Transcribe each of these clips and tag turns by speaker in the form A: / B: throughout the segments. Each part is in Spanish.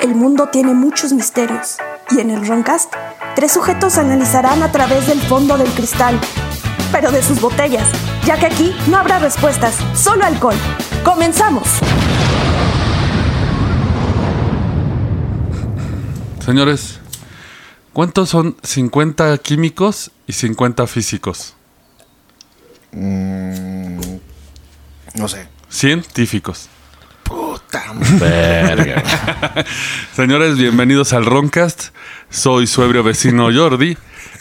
A: El mundo tiene muchos misterios y en el Roncast, tres sujetos analizarán a través del fondo del cristal, pero de sus botellas, ya que aquí no habrá respuestas, solo alcohol. ¡Comenzamos!
B: Señores, ¿cuántos son 50 químicos y 50 físicos?
C: Mm, no sé.
B: Científicos.
C: Puta madre.
B: Señores, bienvenidos al Roncast. Soy su ebrio vecino Jordi.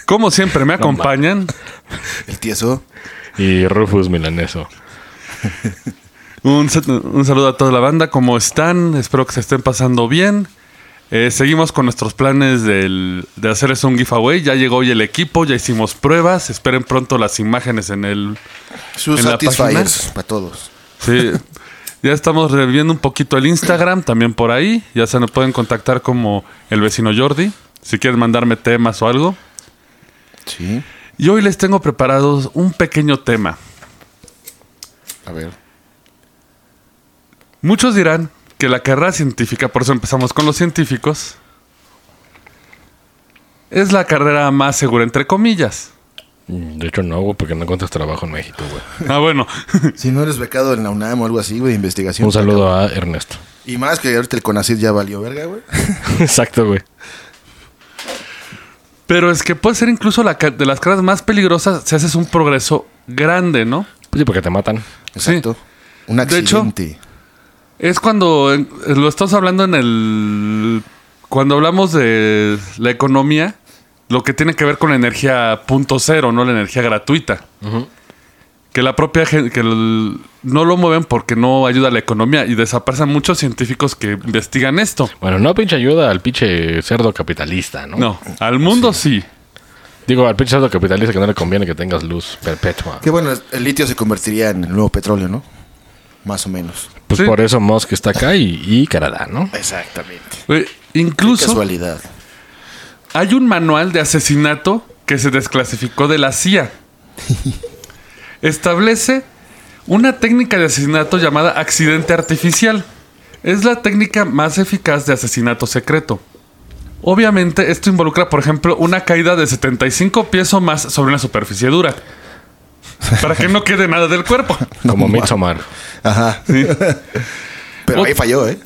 B: Como siempre me acompañan
C: El tieso.
D: Y Rufus Milaneso.
B: Un, sa- un saludo a toda la banda, ¿cómo están? Espero que se estén pasando bien. Eh, seguimos con nuestros planes del- de hacerles un giveaway. Ya llegó hoy el equipo, ya hicimos pruebas. Esperen pronto las imágenes en el...
C: Sus
B: ¿En la
C: satisfiers para todos.
B: Sí. ya estamos reviviendo un poquito el Instagram también por ahí. Ya se nos pueden contactar como el vecino Jordi. Si quieren mandarme temas o algo.
C: Sí.
B: Y hoy les tengo preparados un pequeño tema.
C: A ver.
B: Muchos dirán que la carrera científica, por eso empezamos con los científicos, es la carrera más segura, entre comillas.
D: Mm, De hecho, no, güey, porque no encuentras trabajo en México, güey.
B: Ah, bueno.
C: Si no eres becado en la UNAM o algo así, güey, de investigación.
D: Un saludo a Ernesto.
C: Y más que ahorita el CONACYT ya valió verga, güey.
D: Exacto, güey.
B: Pero es que puede ser incluso la ca- de las carreras más peligrosas si haces un progreso grande, ¿no?
D: Pues sí, porque te matan.
C: Exacto. Un
B: De hecho-
C: accidente.
B: Es cuando eh, lo estamos hablando en el... Cuando hablamos de la economía, lo que tiene que ver con la energía punto cero, no la energía gratuita. Que la propia gente, que el- no lo mueven porque no ayuda a la economía y desaparecen muchos científicos que investigan esto.
D: Bueno, no pinche ayuda al pinche cerdo capitalista, ¿no?
B: No, al mundo sí.
D: Digo, al pinche cerdo capitalista que no le conviene que tengas luz perpetua.
C: Qué bueno, el litio se convertiría en el nuevo petróleo, ¿no? Más o menos.
D: Pues
B: Sí.
D: por eso Musk está acá y, y Canadá, ¿no?
C: Exactamente.
B: Eh,
C: Incluso.
B: Incluso
C: casualidad.
B: hay un manual de asesinato que se desclasificó de la CIA. Establece una técnica de asesinato llamada accidente artificial. Es la técnica más eficaz de asesinato secreto. Obviamente, esto involucra, por ejemplo, una caída de 75 pies o más sobre una superficie dura. Para que no quede nada del cuerpo.
D: Como Midsommar.
C: Ajá. Pero ahí falló, ¿eh?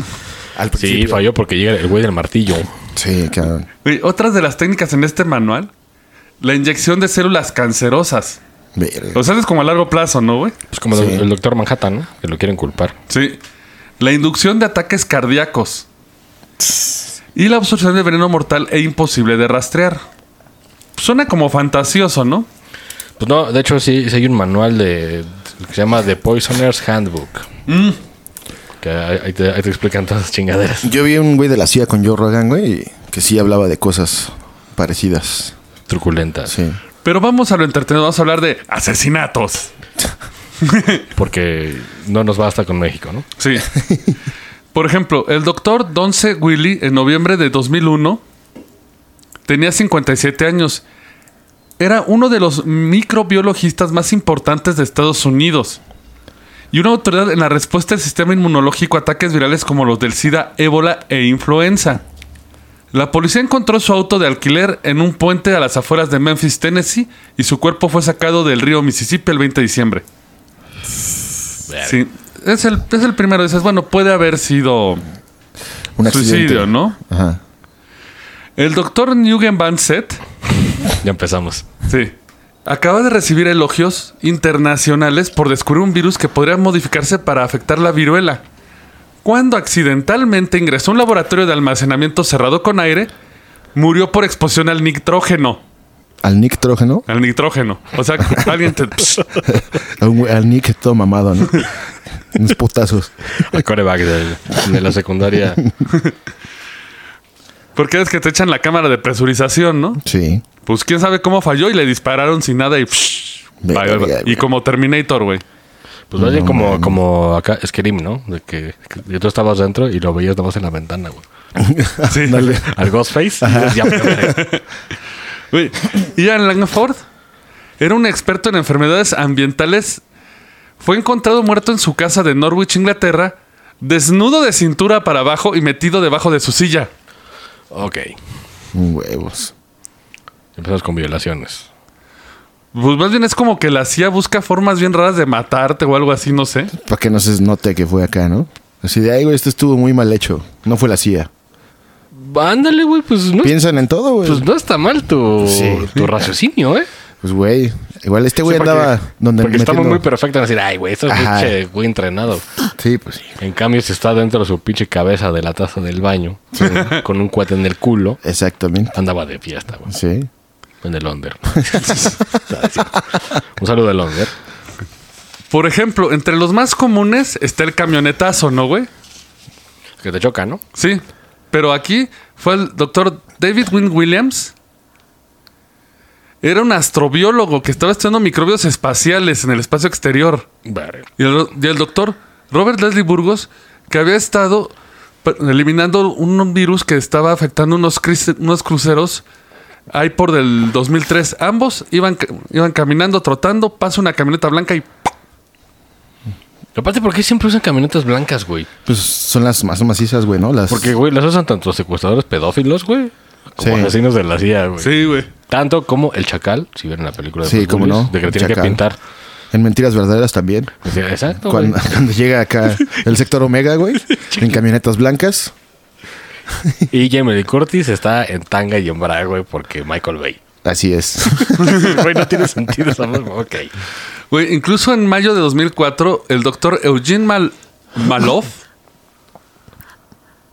C: Al principio.
D: Sí, falló porque llega el güey del martillo.
C: Sí, cabrón.
B: Y otras de las técnicas en este manual, la inyección de células cancerosas.
C: Verga.
B: O sea, es como a largo plazo, ¿no, güey?
D: Pues como
C: Sí.
D: el, el doctor Manhattan, ¿no? Que lo quieren culpar.
B: Sí. La inducción de ataques cardíacos. Y la absorción de veneno mortal e imposible de rastrear. Suena como fantasioso, ¿no?
D: Pues no, de hecho sí, sí hay un manual de que se llama The Poisoner's Handbook.
E: Mm.
D: Que ahí ahí te, ahí te explican todas las chingaderas.
C: Yo vi un güey de la CIA con Joe Rogan, güey, y que sí hablaba de cosas parecidas.
D: Truculentas.
C: Sí.
B: Pero vamos a lo entretenido, vamos a hablar de asesinatos.
D: Porque no nos basta con México, ¿no?
B: Sí. Por ejemplo, el doctor Donce Willy en noviembre de 2001 tenía 57 años. Era uno de los microbiologistas más importantes de Estados Unidos y una autoridad en la respuesta del sistema inmunológico a ataques virales como los del SIDA, ébola e influenza. La policía encontró su auto de alquiler en un puente a las afueras de Memphis, Tennessee, y su cuerpo fue sacado del río Mississippi el 20 de diciembre. Sí, es el, es el primero. Dices, bueno, puede haber sido
C: Un accidente.
B: suicidio, ¿no?
C: Ajá.
B: El doctor Nugent Van Zett,
D: Ya empezamos.
B: sí, acaba de recibir elogios internacionales por descubrir un virus que podría modificarse para afectar la viruela. Cuando accidentalmente ingresó a un laboratorio de almacenamiento cerrado con aire, murió por exposición al nitrógeno.
C: Al Nick Trógeno.
B: Al nitrógeno. O sea, alguien te...
C: A un güey- Al Nick todo mamado, ¿no? Unos putazos.
D: El coreback del- de la secundaria.
B: Porque es que te echan la cámara de presurización, ¿no?
C: Sí.
B: Pues quién sabe cómo falló y le dispararon sin nada y...
C: Verga,
B: y
C: güey.
B: como Terminator, güey.
D: Pues más bien como, como acá, Scream, ¿no? De que, que tú estabas dentro y lo veías nomás en la ventana, güey.
B: Sí.
C: Dale.
D: Al Ghostface. y dices, "Ya,
B: Güey, Ian Langford era un experto en enfermedades ambientales. Fue encontrado muerto en su casa de Norwich, Inglaterra, desnudo de cintura para abajo y metido debajo de su silla.
D: Ok.
E: Huevos.
D: Empezamos con violaciones.
B: Pues más bien es como que la CIA busca formas bien raras de matarte o algo así, no sé.
E: Para que no se note que fue acá, ¿no? Así de, ay, güey, esto estuvo muy mal hecho. No fue la CIA.
D: Ándale, güey, pues no,
E: Piensan en todo, güey.
D: pues no está mal tu,
E: Sí.
D: tu raciocinio, ¿eh?
E: Pues, güey. Igual este güey
D: Sí, porque-
E: andaba donde
D: Porque estamos
E: metiendo-
D: muy perfectos en decir, ay, güey, esto es
E: Ajá.
D: pinche güey entrenado.
E: Sí, pues sí.
D: En cambio, si está dentro de su pinche cabeza de la taza del baño, con un cuate en el culo,
E: Exactamente.
D: andaba de fiesta, güey.
E: Sí.
D: En el under. un saludo al under.
B: Por ejemplo, entre los más comunes está el camionetazo, ¿no, güey?
D: Que te choca, ¿no?
B: Sí. Pero aquí fue el doctor David Wynne Williams. Era un astrobiólogo que estaba estudiando microbios espaciales en el espacio exterior.
D: Verga.
B: Y el, y el doctor Robert Leslie Burgos, que había estado per- eliminando un virus que estaba afectando unos, cris- unos cruceros ahí por del 2003. Ambos iban, ca- iban caminando, trotando, pasa una camioneta blanca y...
D: Aparte, ¿por qué siempre usan camionetas blancas, güey?
E: Pues son las más macizas, güey, ¿no? Las...
D: Porque, güey, las usan tanto secuestradores pedófilos, güey, como
E: Sí.
D: asesinos de la CIA, güey.
B: Sí, güey.
D: Tanto como el chacal, si vieron la película de
E: Sí,
D: Bruce
E: cómo
D: Willis,
E: no,
D: pues, de que tiene que
E: Chacal.
D: pintar.
E: En mentiras verdaderas también.
D: Decía, Exacto, Oh, güey.
E: Cuando, cuando llega acá el sector Omega, güey, en camionetas blancas.
D: Y Jamie Lee Curtis está en tanga y en bra, güey, porque Michael Bay.
E: Así es.
D: Güey, no tiene sentido esa madre. Ok.
B: Güey, incluso en mayo de 2004, el doctor Eugene Mal- Maloff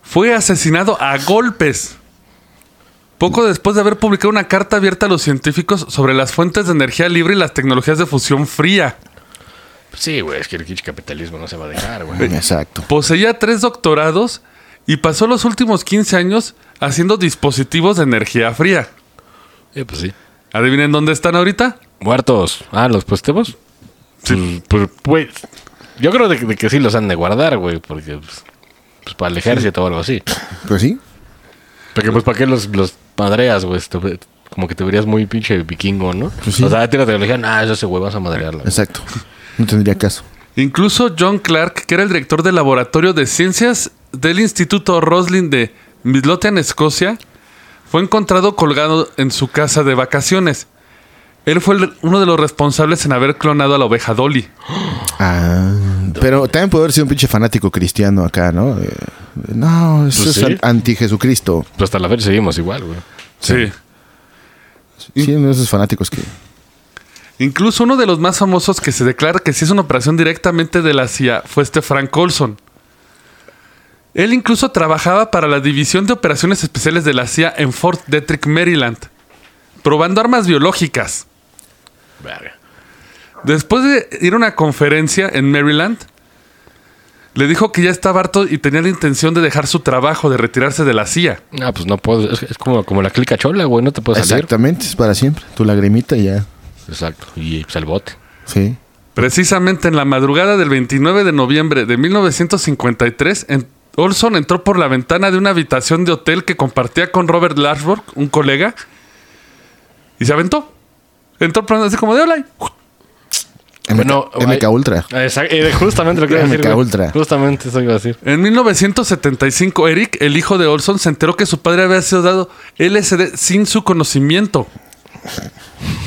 B: fue asesinado a golpes. Poco después de haber publicado una carta abierta a los científicos sobre las fuentes de energía libre y las tecnologías de fusión fría.
D: Sí, güey, es que el kitsch capitalismo no se va a dejar, güey.
E: Exacto.
B: Poseía tres doctorados y pasó los últimos 15 años haciendo dispositivos de energía fría.
D: Eh, pues sí.
B: ¿Adivinen dónde están ahorita?
D: Muertos. Ah, los positivos. Pues, pues, güey, Yo creo de, de que sí los han de guardar, güey, porque pues, pues, para el ejército o algo así.
E: Pues sí.
D: Porque pues para qué los, los madreas, güey. Te- Como que te verías muy pinche vikingo, ¿no?
E: Pues sí.
D: O sea, tira tecnología, ah, eso se güey, vas a madrearla. güey".
E: Exacto. No tendría caso.
B: Incluso John Clark, que era el director del laboratorio de ciencias del Instituto Roslin de Midlothian, Escocia, fue encontrado colgado en su casa de vacaciones. Él fue el- uno de los responsables en haber clonado a la oveja Dolly.
E: Ah, pero también puede haber sido un pinche fanático cristiano acá, ¿no? Eh, no, eso
D: Pues
E: es
D: sí.
E: an- anti-Jesucristo.
D: Pues hasta la fecha seguimos igual, güey.
B: Sí.
E: Sí, uno de esos fanáticos que...
B: Incluso uno de los más famosos que se declara que sí es una operación directamente de la CIA fue este Frank Olson. Él incluso trabajaba para la División de Operaciones Especiales de la CIA en Fort Detrick, Maryland, probando armas biológicas.
D: Verga.
B: Después de ir a una conferencia en Maryland, le dijo que ya estaba harto y tenía la intención de dejar su trabajo, de retirarse de la CIA.
D: Ah, pues no puedo. Es, es como, como la clica chola, güey. No te puedes salir.
E: Exactamente, es para siempre. Tu lagrimita y ya.
D: Exacto. Y pues el bote.
E: Sí.
B: Precisamente en la madrugada del 29 de noviembre de 1953, en- Olson entró por la ventana de una habitación de hotel que compartía con Robert Lashbrook, un colega, y se aventó. Entró por- así como de hola. y-
E: MK,
D: Bueno,
E: MK Ultra.
D: Exacto. Justamente lo que iba a decir.
E: MK
D: güey.
E: Ultra.
D: Justamente eso iba a decir.
B: En 1975, Eric, el hijo de Olson, se enteró que su padre había sido dado LSD sin su conocimiento.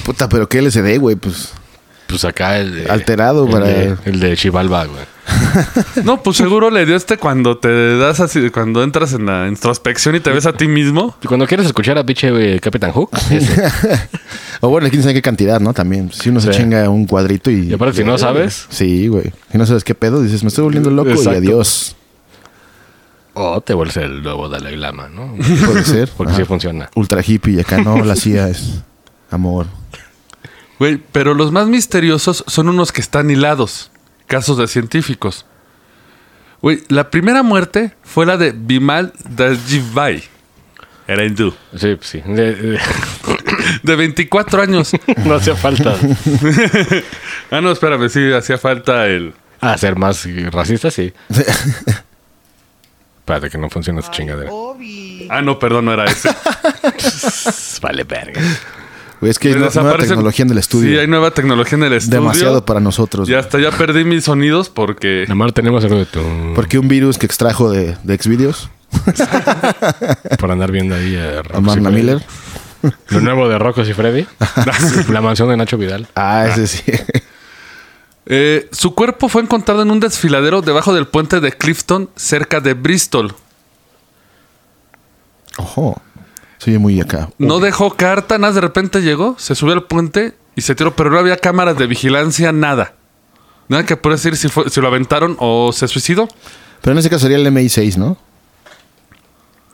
E: Puta, pero qué LCD, güey, pues...
D: Pues acá el de-
E: Alterado
D: el
E: para-
D: de- el de Chivalba, güey.
B: No, pues seguro le dio este cuando te das así, cuando entras en la introspección y te ves a ti mismo.
D: Y Cuando quieres escuchar a pinche eh, Capitán Hook, ese.
E: O bueno, quién sabe qué cantidad, ¿no? También. Si uno se
D: Sí.
E: chinga un cuadrito y...
D: Y aparte, si no sabes.
E: Sí, güey. Si no sabes qué pedo, dices, me estoy volviendo loco
D: Exacto.
E: y adiós.
D: o te vuelves el nuevo Dalai Lama, ¿no?
E: Puede ser.
D: Porque
E: Ajá.
D: sí funciona.
E: Ultra hippie y acá no, la CIA es amor.
B: Güey, pero los más misteriosos son unos que están hilados. Casos de científicos. Güey, la primera muerte fue la de Bimal Dajivai. Era hindú.
D: Sí, pues sí. De- de-
B: De 24 años.
D: no hacía falta
B: ah, no, espérame, sí, hacía falta el...
D: Ah, ser más eh, racista, sí. Espérate que no funciona esta chingadera.
B: Ah, no, perdón, no era ese.
D: Vale, verga.
C: Güey, es que hay
B: Me
C: nueva
B: desaparecen.
C: tecnología en el estudio.
B: Sí, hay nueva tecnología en el estudio.
C: Demasiado para nosotros.
B: Ya hasta ya perdí mis sonidos porque.
D: Nada más tenemos algo de tu...
C: Porque un virus que extrajo de, de Xvideos,
D: Por andar viendo ahí a
C: a
B: Ah,
D: Rocos y
C: Marla
B: pues
D: Freddy.
C: Miller.
D: Lo nuevo de Rocos y Freddy. la mansión de Nacho Vidal.
C: Ah, ese sí.
B: Eh, su cuerpo fue encontrado en un desfiladero debajo del puente de Clifton, cerca de Bristol.
C: Ojo. Soy muy acá.
B: No dejó carta, nada de repente llegó, se subió al puente y se tiró, pero no había cámaras de vigilancia, nada. Nada que pueda decir si, fue- si lo aventaron o se suicidó.
C: Pero en ese caso sería el MI6, ¿no?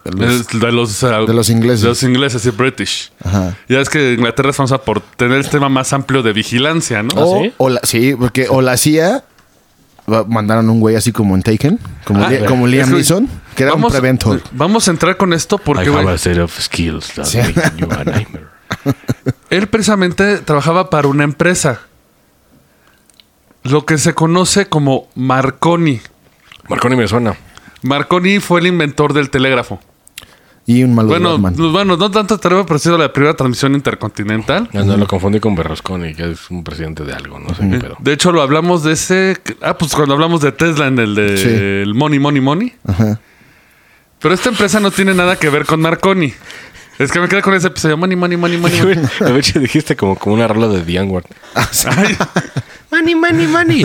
C: De los-
B: El- de, los, eh,
C: de los ingleses.
B: De los ingleses y British.
C: Ajá.
B: Ya es que Inglaterra es famosa por tener el tema más amplio de vigilancia, ¿no?
C: O,
D: sí?
C: o la, sí, porque o la CIA va- mandaron un güey así como en Taken, como,
B: Ah,
C: Li- como
B: es
C: Liam
B: que-
C: Neeson, que era un preventor.
B: Vamos a entrar con esto porque,
D: I
B: güey,
D: have a set of skills that make you a nightmare.
B: él precisamente trabajaba para una empresa. Lo que se conoce como Marconi.
D: Marconi me suena.
B: Marconi fue el inventor del telégrafo.
C: Y un malo
B: Bueno,
C: Batman.
B: pues, bueno, no tanto telégrafo, pero ha sido la primera transmisión intercontinental.
D: No, no, lo confundí con Berlusconi, que es un presidente de algo, no sé qué pedo.
B: De hecho, lo hablamos de ese. Ah, pues cuando hablamos de Tesla en el de
C: Sí.
B: el Money, Money, Money.
C: Ajá.
B: Pero esta empresa no tiene nada que ver con Marconi. Es que me quedé con ese episodio. Money, Money, Money, Money. money.
D: A ver si dijiste como, como una rola de Diane Ward.
C: Ah,
B: Ay,
D: Money, money, money.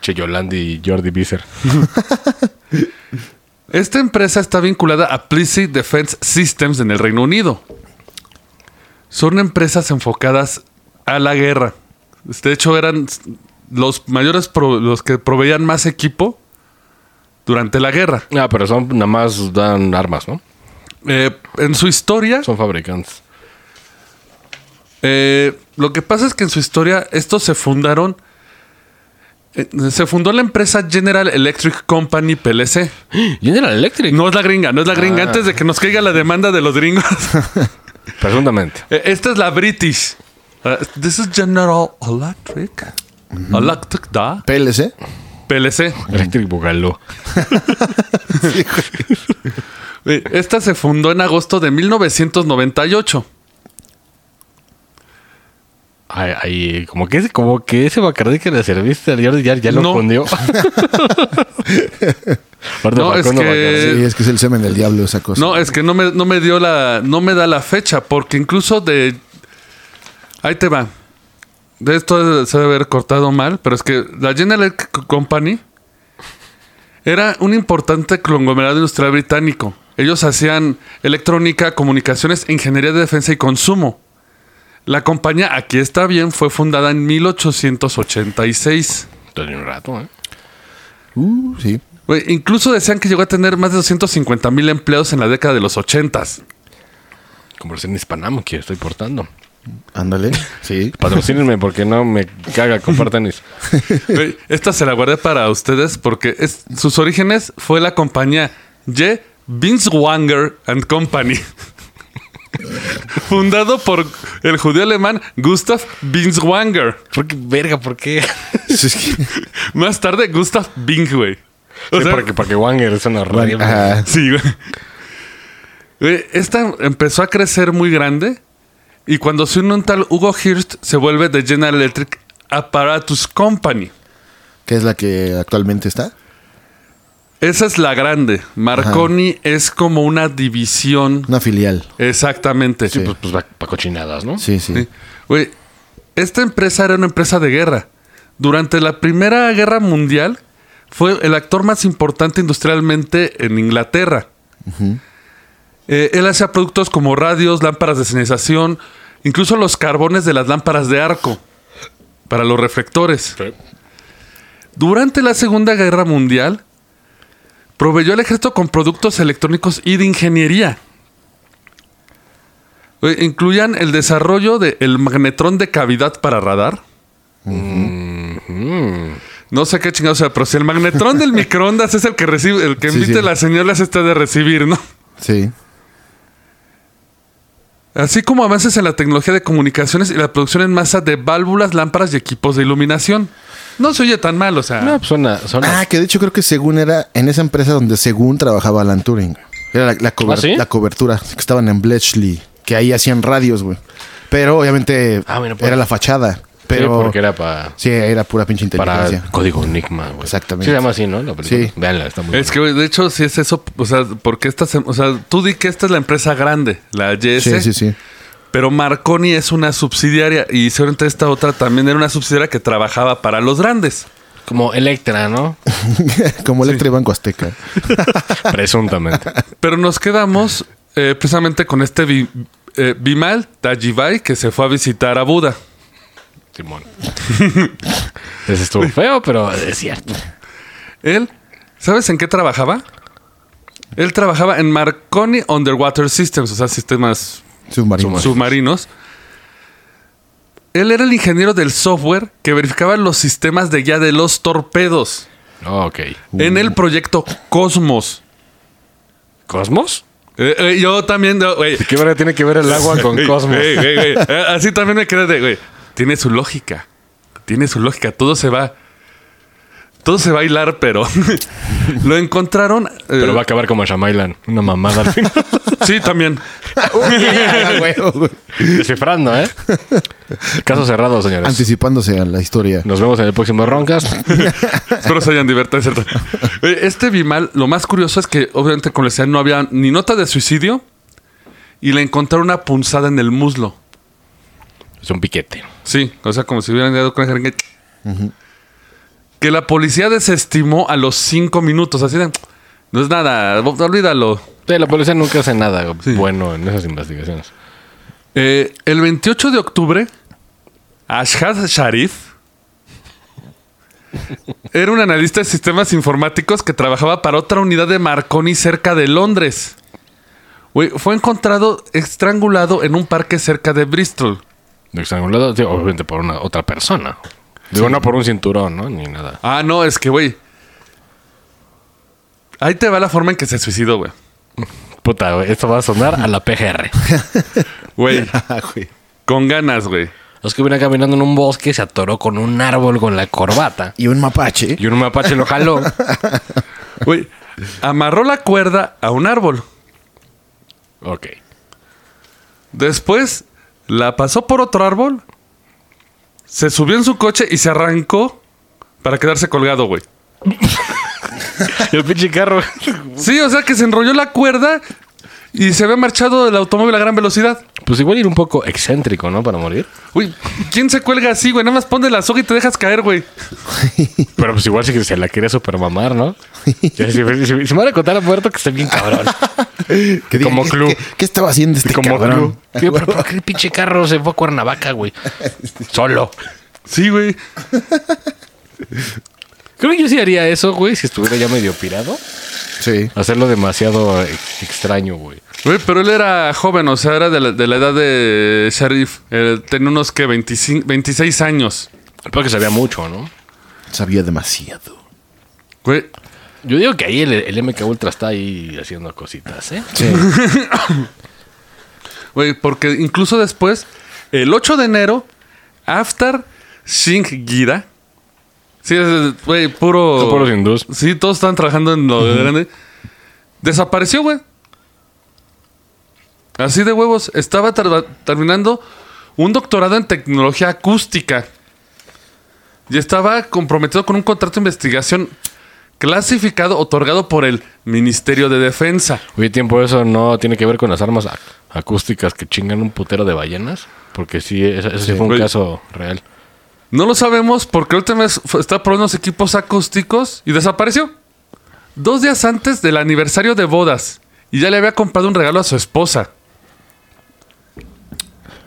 D: che, Yolandi y Jordi Bizer.
B: Esta empresa está vinculada a Plessy Defense Systems en el Reino Unido. Son empresas enfocadas a la guerra. De hecho, eran los mayores, pro- los que proveían más equipo durante la guerra.
D: Ah, pero son nada más dan armas, ¿no?
B: Eh, en su historia,
D: Son fabricantes. ¡Ah!
B: eh, lo que pasa es que en su historia estos se fundaron. eh, se fundó la empresa General Electric Company PLC.
D: General Electric.
B: No es la gringa, no es la gringa.
D: Ah.
B: Antes de que nos caiga la demanda de los gringos.
D: Presuntamente.
B: Eh, Esta es la British. Uh, this is General Electric. Electric da.
C: PLC.
B: PLC.
D: Electric Bugalú.
B: Eh, Esta se fundó en agosto de 1998.
D: Ay, ay, como que, ese- como que ese Bacardi que le serviste al Jordi ya, ya lo
B: No.
D: fundió. Ahorita
B: No, es
D: Facundo
B: que-
D: Bacardi.
C: Sí, es que es el semen del diablo esa cosa.
D: eh.
B: No, es que no me, no me dio la. No me da la fecha, porque incluso de. Ahí te va. De esto se debe haber cortado mal, pero es que la General Electric Company era un importante conglomerado industrial británico. Ellos hacían electrónica, comunicaciones, ingeniería de defensa y consumo. La compañía, aquí está bien, fue fundada en 1886.
D: Tenía un rato, ¿eh?
C: Uh, sí.
B: Güey, incluso decían que llegó a tener más de 250 mil empleados en la década de los 80s.
D: Conversión en Hispanamo que estoy portando.
C: Ándale. Sí.
D: Patrocínenme porque no me caga comprar tenis.
B: Güey, Esta se la guardé para ustedes porque es- sus orígenes fue la compañía J. Binswanger and Company. Fundado por el judío alemán Gustav Binswanger.
D: ¿Por qué, verga, por qué?
C: Sí, es que-
B: Más tarde, Gustav Bing, güey. O
D: Sí,
B: sea,
D: para que, para que Wanger es una radio.
C: Ajá.
B: Sí, güey. Güey, Esta empezó a crecer muy grande y cuando se une un tal Hugo Hirst se vuelve de General Electric Apparatus Company.
C: que es la que actualmente está.
B: Esa es la grande. Marconi es como una división.
C: Una filial.
B: Exactamente.
D: Sí, pues, pues para cochinadas, ¿no?
C: Sí, sí.
B: Sí. Güey, esta empresa era una empresa de guerra. Durante la Primera Guerra Mundial fue el actor más importante industrialmente en Inglaterra. Eh, él hacía productos como radios, lámparas de señalización, incluso los carbones de las lámparas de arco para los reflectores.
D: Sí.
B: Durante la Segunda Guerra Mundial, proveyó al ejército con productos electrónicos y de ingeniería. Eh, Incluían el desarrollo del magnetrón de cavidad para radar. No sé qué chingado sea, pero si el magnetrón del microondas es el que recibe, el que
C: Sí,
B: emite
C: sí.
B: las señales este de recibir, ¿no?
C: Sí.
B: Así como avances en la tecnología de comunicaciones y la producción en masa de válvulas, lámparas y equipos de iluminación. No se oye tan mal, o sea.
D: No, pues suena, suena.
C: Ah, que de hecho creo que según era en esa empresa donde según trabajaba Alan Turing. Era la, la cober-
D: ¿Ah, sí?
C: la cobertura. Que estaban en Bletchley. que ahí hacían radios, güey. Pero obviamente
D: Ah, mira, pues.
C: era la fachada. Pero
D: Sí, porque era para...
C: Sí, era pura pinche inteligencia.
D: Para código Enigma, güey.
C: Exactamente.
D: Sí, se llama así, ¿no? La película.
C: Sí.
D: Véanla, está muy
B: Es que, güey, de hecho, si es eso, o sea, porque esta, se- o sea, tú di que esta es la empresa grande, la YS,
C: Sí, sí, sí.
B: pero Marconi es una subsidiaria y hicieron esta otra también, era una subsidiaria que trabajaba para los grandes.
D: Como Electra, ¿no?
C: Como Electra y Banco Azteca.
D: Presuntamente.
B: Pero nos quedamos eh, precisamente con este Bi- eh, Bimal Tajibai que se fue a visitar a Buda.
D: Simón. Ese estuvo feo, pero es cierto.
B: Él, ¿sabes en qué trabajaba? Él trabajaba en Marconi Underwater Systems, o sea, sistemas
C: Submarino.
D: Submarino.
B: submarinos. Él era el ingeniero del software que verificaba los sistemas de guía de los torpedos
D: No, ok.
B: en el proyecto Cosmos.
D: ¿Cosmos?
B: Eh, eh, yo también, no, güey.
D: ¿Qué hora tiene que ver el agua con
B: Ey,
D: Cosmos?
B: ey, ey, ey. Eh, Así también me quedé de, güey. Tiene su lógica. Tiene su lógica. Todo se va. Todo se va a hilar, pero lo encontraron. eh,
D: Pero va a acabar como Shamailan. Una mamada al final.
B: Sí, también.
D: Descifrando, ¿eh? Caso cerrado, señores.
C: Anticipándose a la historia.
D: Nos vemos en el próximo Roncas.
B: Espero se hayan divertido. ¿cierto? Eh, Este Bimal, lo más curioso es que obviamente con la escena no había ni nota de suicidio y le encontraron una punzada en el muslo.
D: Es un piquete.
B: Sí, o sea, como si hubieran dado con el jeringue. Que la policía desestimó a los cinco minutos, así de... No es nada, olvídalo.
D: Sí, la policía nunca hace nada bueno en esas investigaciones.
B: Eh, el 28 de octubre, Ashad Sharif era un analista de sistemas informáticos que trabajaba para otra unidad de Marconi cerca de Londres. Güey, fue encontrado estrangulado en un parque cerca de Bristol.
D: De estrangulado, sí, obviamente por una otra persona. Digo, no por un cinturón, ¿no? Ni nada.
B: Ah, no, es que, güey. Ahí te va la forma en que se suicidó, güey.
D: Puta, güey, esto va a sonar a la PGR.
B: Güey,
C: Ah,
B: con ganas, güey.
D: Los que viene caminando en un bosque, se atoró con un árbol con la corbata.
C: y un mapache.
D: Y un mapache lo jaló.
B: Güey, amarró la cuerda a un árbol.
D: ok.
B: Después la pasó por otro árbol, se subió en su coche y se arrancó para quedarse colgado, güey.
D: Y el pinche carro.
B: Sí, o sea que se enrolló la cuerda y se había marchado del automóvil a gran velocidad.
D: Pues igual ir un poco excéntrico, ¿no? Para morir.
B: Uy, ¿quién se cuelga así, güey? Nada más ponle la soga y te dejas caer, güey.
D: Pero pues igual sí que se la quería supermamar, ¿no? Ya, si, si- si me van a contar a muerto que esté bien cabrón.
C: Que diga,
D: Como
C: ¿qué-
D: club.
C: ¿qué, qué estaba haciendo este
D: Como
C: cabrón?
D: tú. Tío, pero ¿por qué el pinche carro se fue a Cuernavaca, güey? Solo.
B: Sí, güey.
D: Creo que yo sí haría eso, güey, si estuviera ya medio pirado.
C: Sí.
D: Hacerlo demasiado ex- extraño, güey.
B: Güey, pero él era joven, o sea, era de la, de la edad de Sharif. Eh, tenía unos que 25, 26 años.
D: Creo que sabía mucho, ¿no?
C: Sabía demasiado.
B: Güey,
D: Yo digo que ahí el, el MK Ultra está ahí haciendo cositas, ¿eh?
C: Sí.
B: Güey, porque incluso después, el 8 de enero, After Singh Gira. Sí, es, es, güey, puro.
D: Son puros hindús.
B: Sí, todos están trabajando en lo de grande. Desapareció, güey. Así de huevos. Estaba tarda- terminando un doctorado en tecnología acústica. Y estaba comprometido con un contrato de investigación clasificado otorgado por el Ministerio de Defensa.
D: Oye, tiempo, eso no tiene que ver con las armas ac- acústicas que chingan un putero de ballenas. Porque sí, eso, eso sí, fue un
B: Güey.
D: caso real.
B: No lo sabemos porque el tema es- fue- está por unos equipos acústicos y desapareció. Dos días antes del aniversario de bodas. Y ya le había comprado un regalo a su esposa.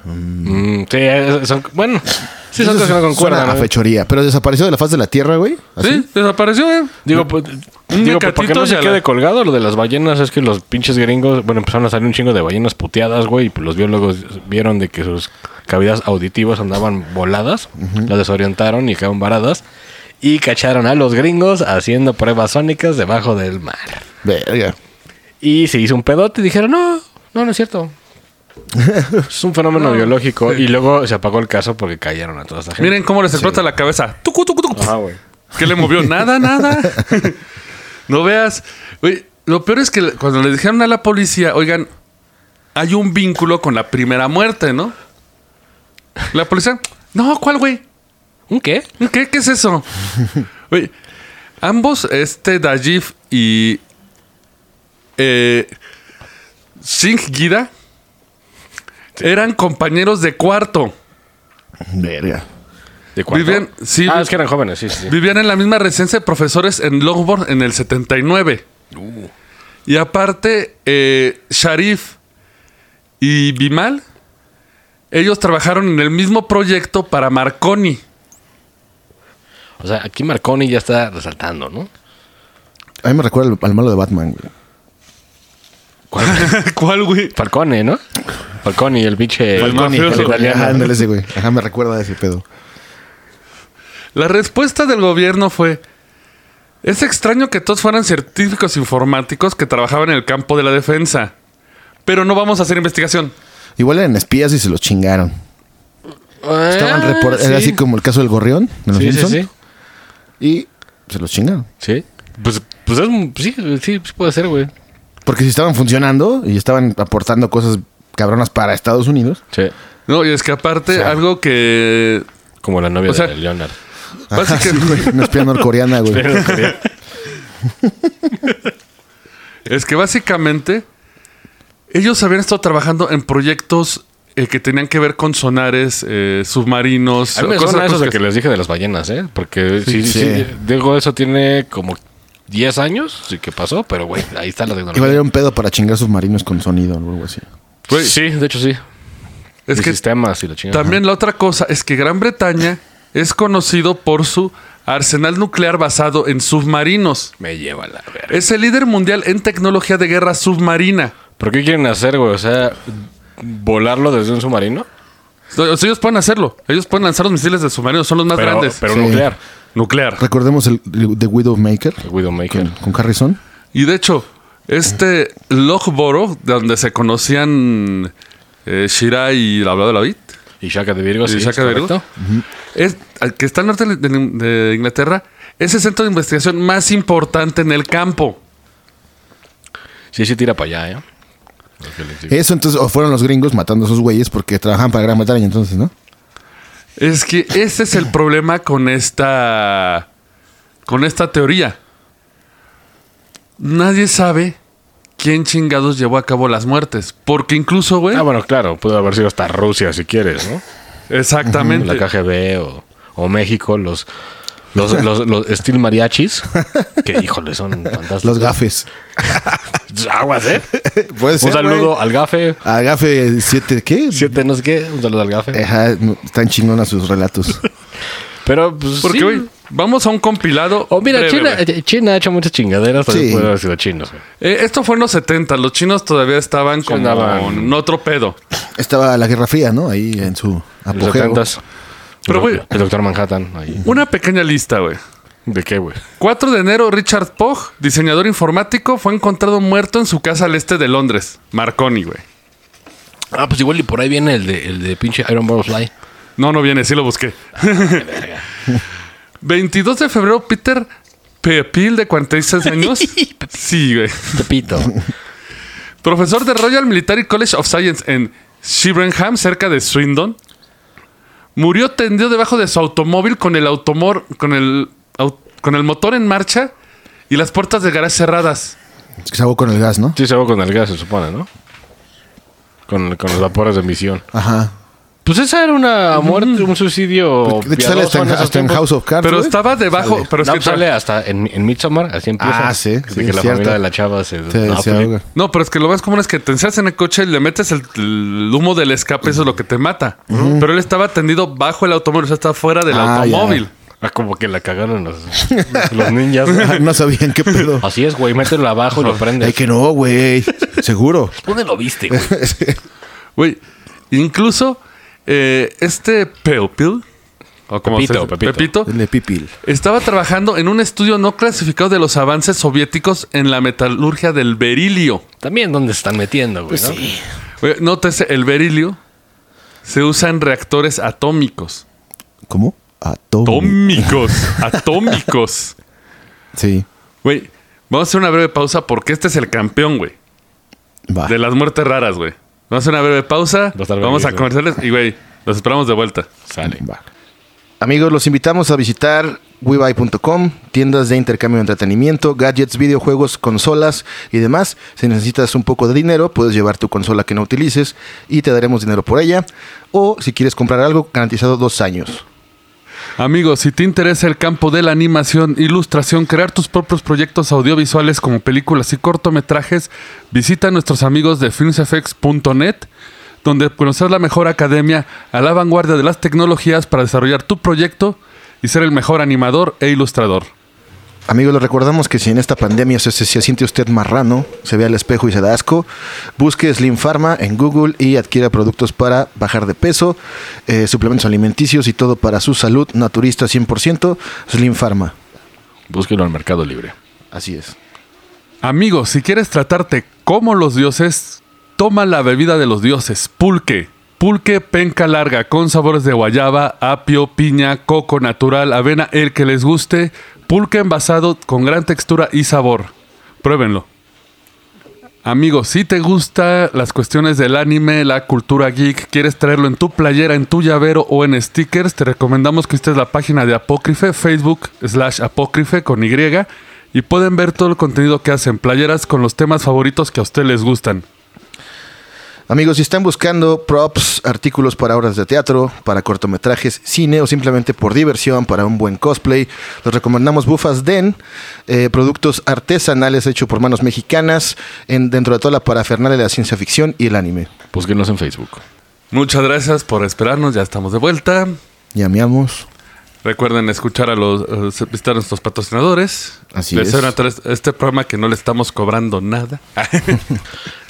D: Mm, sí, eh, son, bueno, sí, son
C: Eso
D: cosas que no
C: suena
D: concuerdan.
C: a
D: ¿no?
C: fechoría. Pero desapareció de la faz de la tierra, güey. ¿Así?
B: Sí, desapareció, ¿eh? güey.
D: ¿Ah, Digo, pues, digo pues, para que
B: mecatito
D: no se
B: ya
D: quede
B: la-
D: colgado lo de las ballenas es que los pinches gringos, bueno, empezaron a salir un chingo de ballenas puteadas, güey, y pues los biólogos vieron de que sus cavidades auditivas andaban voladas, las desorientaron y quedaron varadas, y cacharon a los gringos haciendo pruebas sónicas debajo del mar.
C: Verga.
D: Y se hizo un pedote y dijeron, no, no, no es cierto. es un fenómeno biológico. Y luego se apagó el caso porque cayeron a toda esta gente.
B: Miren cómo les explota la cabeza. Tucu, tucu, tucu.
D: Ajá, güey.
B: ¿Qué le movió? Nada, nada. no veas. Güey, lo peor es que le- cuando le dijeron a la policía, oigan, hay un vínculo con la primera muerte, ¿no? La policía, no, ¿cuál, güey?
D: ¿Un qué?
B: ¿Qué, qué es eso? Oye, ambos, este Dajif y eh, Singh Gida, eran compañeros de cuarto.
E: Verga.
D: ¿De cuánto?
B: Vivían, sí,
D: ah, es que eran jóvenes, sí, sí. sí.
B: vivían en la misma residencia de profesores en Longbourn en el 79. Uh. Y aparte, eh, Sharif y Bimal, ellos trabajaron en el mismo proyecto para Marconi.
D: O sea, aquí Marconi ya está resaltando, ¿no?
E: A mí me recuerda al, al malo de Batman, güey.
B: ¿Cuál, güey?
D: Falcone, ¿no? Falcone, el pinche...
B: El
D: Falcone,
B: mafioso.
D: el italiano.
E: Ajá, ándale ese, güey. Ajá, me recuerda a ese pedo.
B: La respuesta del gobierno fue: Es extraño que todos fueran científicos informáticos que trabajaban en el campo de la defensa. Pero no vamos a hacer investigación.
E: Igual eran espías y se los chingaron.
D: Ah,
E: Estaban report-
D: sí.
E: Era así como el caso del gorrión de los
D: Sí, sí,
E: Simpson,
D: sí.
E: Y se los chingaron.
D: Sí. Pues, pues es un- sí, sí, sí puede ser, güey.
E: Porque si estaban funcionando y estaban aportando cosas cabronas para Estados Unidos.
D: Sí.
B: No, y es que aparte, algo que.
D: Como la novia
B: O sea-
D: de Leonard.
E: Ajá, sí,
B: básicamente-
E: güey, Una espía norcoreana, güey.
B: es que básicamente ellos habían estado trabajando en proyectos eh, que tenían que ver con sonares, eh, submarinos,
D: A mí me
B: cosas-
D: suena eso
B: cosas
D: de que les dije de las ballenas, ¿eh? Porque sí, sí,
E: sí.
D: digo, eso tiene como 10 años, sí que pasó, pero güey, ahí está la
E: Igual
D: tecnología.
E: era un pedo para chingar submarinos con sonido o algo así.
B: Güey,
D: Sí, de hecho sí.
B: es
D: Y
B: que
D: sistemas y la chingada.
B: También la otra cosa es que Gran Bretaña es conocido por su arsenal nuclear basado en submarinos.
D: Me lleva la verga.
B: Es el líder mundial en tecnología de guerra submarina.
D: ¿Por qué quieren hacer, güey? O sea, volarlo desde un submarino.
B: O sea, ellos pueden hacerlo. Ellos pueden lanzar los misiles de submarinos. Son los más
D: pero
B: grandes.
D: pero
E: Sí.
D: nuclear.
B: nuclear.
E: Recordemos el, el- The Widowmaker
D: El Widowmaker.
E: con, con Harrison.
B: Y de hecho, este Loughborough, donde se conocían eh, Shirai y la Bla de la Bit,
D: Y Shaka de Virgo. sí,
B: y Shaka
D: es
B: de Virgo,
D: correcto.
B: es, al que está al norte de, de Inglaterra, es el centro de investigación más importante en el campo.
D: Sí, sí, tira para allá, ¿eh? Lo que les digo.
E: Eso entonces, o fueron los gringos matando a esos güeyes porque trabajaban para Gran Bretaña entonces, ¿no?
B: Es que ese es el problema con esta. con esta teoría. Nadie sabe quién chingados llevó a cabo las muertes. Porque incluso, güey.
D: Ah, bueno, claro, pudo haber sido hasta Rusia si quieres, ¿no?
B: exactamente.
D: La KGB o, o México, los, los, los, los Steel Mariachis, que híjole, son fantásticos.
E: Los gafes.
D: Aguas, ¿eh?
E: Puede
D: Un
E: ser,
D: saludo
E: güey.
D: al gafe.
E: a Gafe 7, ¿qué?
D: Siete, no sé qué. Un saludo al gafe.
E: Ajá, no, están chingonas sus relatos.
D: Pero, pues.
B: Porque,
D: sí.
B: güey, vamos a un compilado.
D: O mira,
B: breve,
D: China,
B: güey.
D: eh, China ha hecho muchas chingaderas. También
E: Sí.
D: puede haber sido chinos. güey.
B: Eh, esto fue en los 70. Los chinos todavía estaban como
D: andaban-
B: en otro pedo.
E: Estaba la Guerra Fría, ¿no? Ahí en su
D: En los
E: apogeo.
D: setentas.
B: Pero, güey-
D: El doctor Manhattan. ahí.
B: Una pequeña lista, güey.
D: ¿De qué, güey?
B: 4 de enero, Richard Pogg, diseñador informático, fue encontrado muerto en su casa al este de Londres. Marconi, güey.
D: Ah, pues igual y por ahí viene el de, el de pinche Iron Butterfly.
B: No, no viene, sí lo busqué. 22 de febrero, Peter Pepil, de 46 años. sí, güey.
D: Tepito.
B: Profesor de Royal Military College of Science en Shibrenham, cerca de Swindon. Murió tendido debajo de su automóvil con el automor, con el, au- con el motor en marcha y las puertas de garaje cerradas.
E: Es que se ahogó con el gas, ¿no?
D: Sí, se va con el gas, se supone, ¿no? Con, con los vapores de emisión.
E: Ajá.
D: Pues esa era una muerte, un suicidio.
E: De hecho, sale hasta en, hasta en House of Cards.
B: Pero
E: güey.
B: estaba debajo.
E: Sale.
B: Pero es
D: no,
B: que
D: pues sale hasta en, en Midsommar, así empieza.
E: Ah, sí,
D: De
E: sí,
D: que
E: es
D: la
E: cierto.
D: familia de la chava se,
E: Se,
D: no,
E: se
D: pues,
E: ahoga.
B: No, pero es que lo más común es que te encierras en el coche y le metes el, el humo del escape, eso es lo que te mata. Pero él estaba tendido bajo el automóvil, o sea, estaba fuera del
E: Ah, ya.
B: automóvil.
D: ah, como que la cagaron los, los ninjas.
E: Ah, No sabían qué pedo.
D: así es, güey, mételo abajo y lo prendes.
E: Ay, que no, güey. Seguro.
D: ¿Dónde lo viste, güey?
B: Güey, incluso eh, este Pepil, o como
D: Pepito,
B: se dice,
D: Pepito.
E: El de Pipil.
B: estaba trabajando en un estudio no clasificado de los avances soviéticos en la metalurgia del berilio.
D: También dónde se están metiendo, güey,
C: Pues
D: ¿no?
B: Güey, nótese, el berilio se usa en reactores atómicos.
E: ¿Cómo? Atom.
B: Atómicos, atómicos.
E: Sí.
B: Güey, vamos a hacer una breve pausa porque este es el campeón, güey.
E: Va.
B: De las muertes raras, güey. Vamos a una breve pausa.
D: Los
B: Vamos a
D: albañiles.
B: comerciales y, güey, los esperamos de vuelta.
D: Sale.
C: Va. Amigos, los invitamos a visitar webuy.com, tiendas de intercambio de entretenimiento, gadgets, videojuegos, consolas y demás. Si necesitas un poco de dinero, puedes llevar tu consola que no utilices y te daremos dinero por ella. O si quieres comprar algo, garantizado dos años.
B: Amigos, si te interesa el campo de la animación, ilustración, crear tus propios proyectos audiovisuales como películas y cortometrajes, visita a nuestros amigos de filmsfx.net, donde conocerás la mejor academia a la vanguardia de las tecnologías para desarrollar tu proyecto y ser el mejor animador e ilustrador.
C: Amigos, les recordamos que si en esta pandemia se, se- se siente usted marrano, se ve al espejo y se da asco, busque Slim Pharma en Google y adquiera productos para bajar de peso, eh, suplementos alimenticios y todo para su salud naturista 100%, Slim Pharma.
D: Búsquelo al Mercado Libre.
C: Así es.
B: Amigos, si quieres tratarte como los dioses, toma la bebida de los dioses, pulque. Pulque penca larga con sabores de guayaba, apio, piña, coco natural, avena, el que les guste. Pulque envasado con gran textura y sabor. Pruébenlo. Amigos, si te gustan las cuestiones del anime, la cultura geek, quieres traerlo en tu playera, en tu llavero o en stickers, te recomendamos que estés la página de Apócrife, Facebook slash Apócrife con Y, y pueden ver todo el contenido que hacen, playeras con los temas favoritos que a usted les gustan.
C: Amigos, si están buscando props, artículos para obras de teatro, para cortometrajes, cine o simplemente por diversión, para un buen cosplay, les recomendamos Bufas Den, eh, productos artesanales hechos por manos mexicanas en, dentro de toda la parafernalia de la ciencia ficción y el anime.
D: Búsquenos en Facebook.
B: Muchas gracias por esperarnos, ya estamos de vuelta.
C: Llameamos.
B: Recuerden escuchar a los eh, visitar a nuestros patrocinadores.
C: Así
B: Les
C: es.
B: saben atrás Este programa que no le estamos cobrando nada.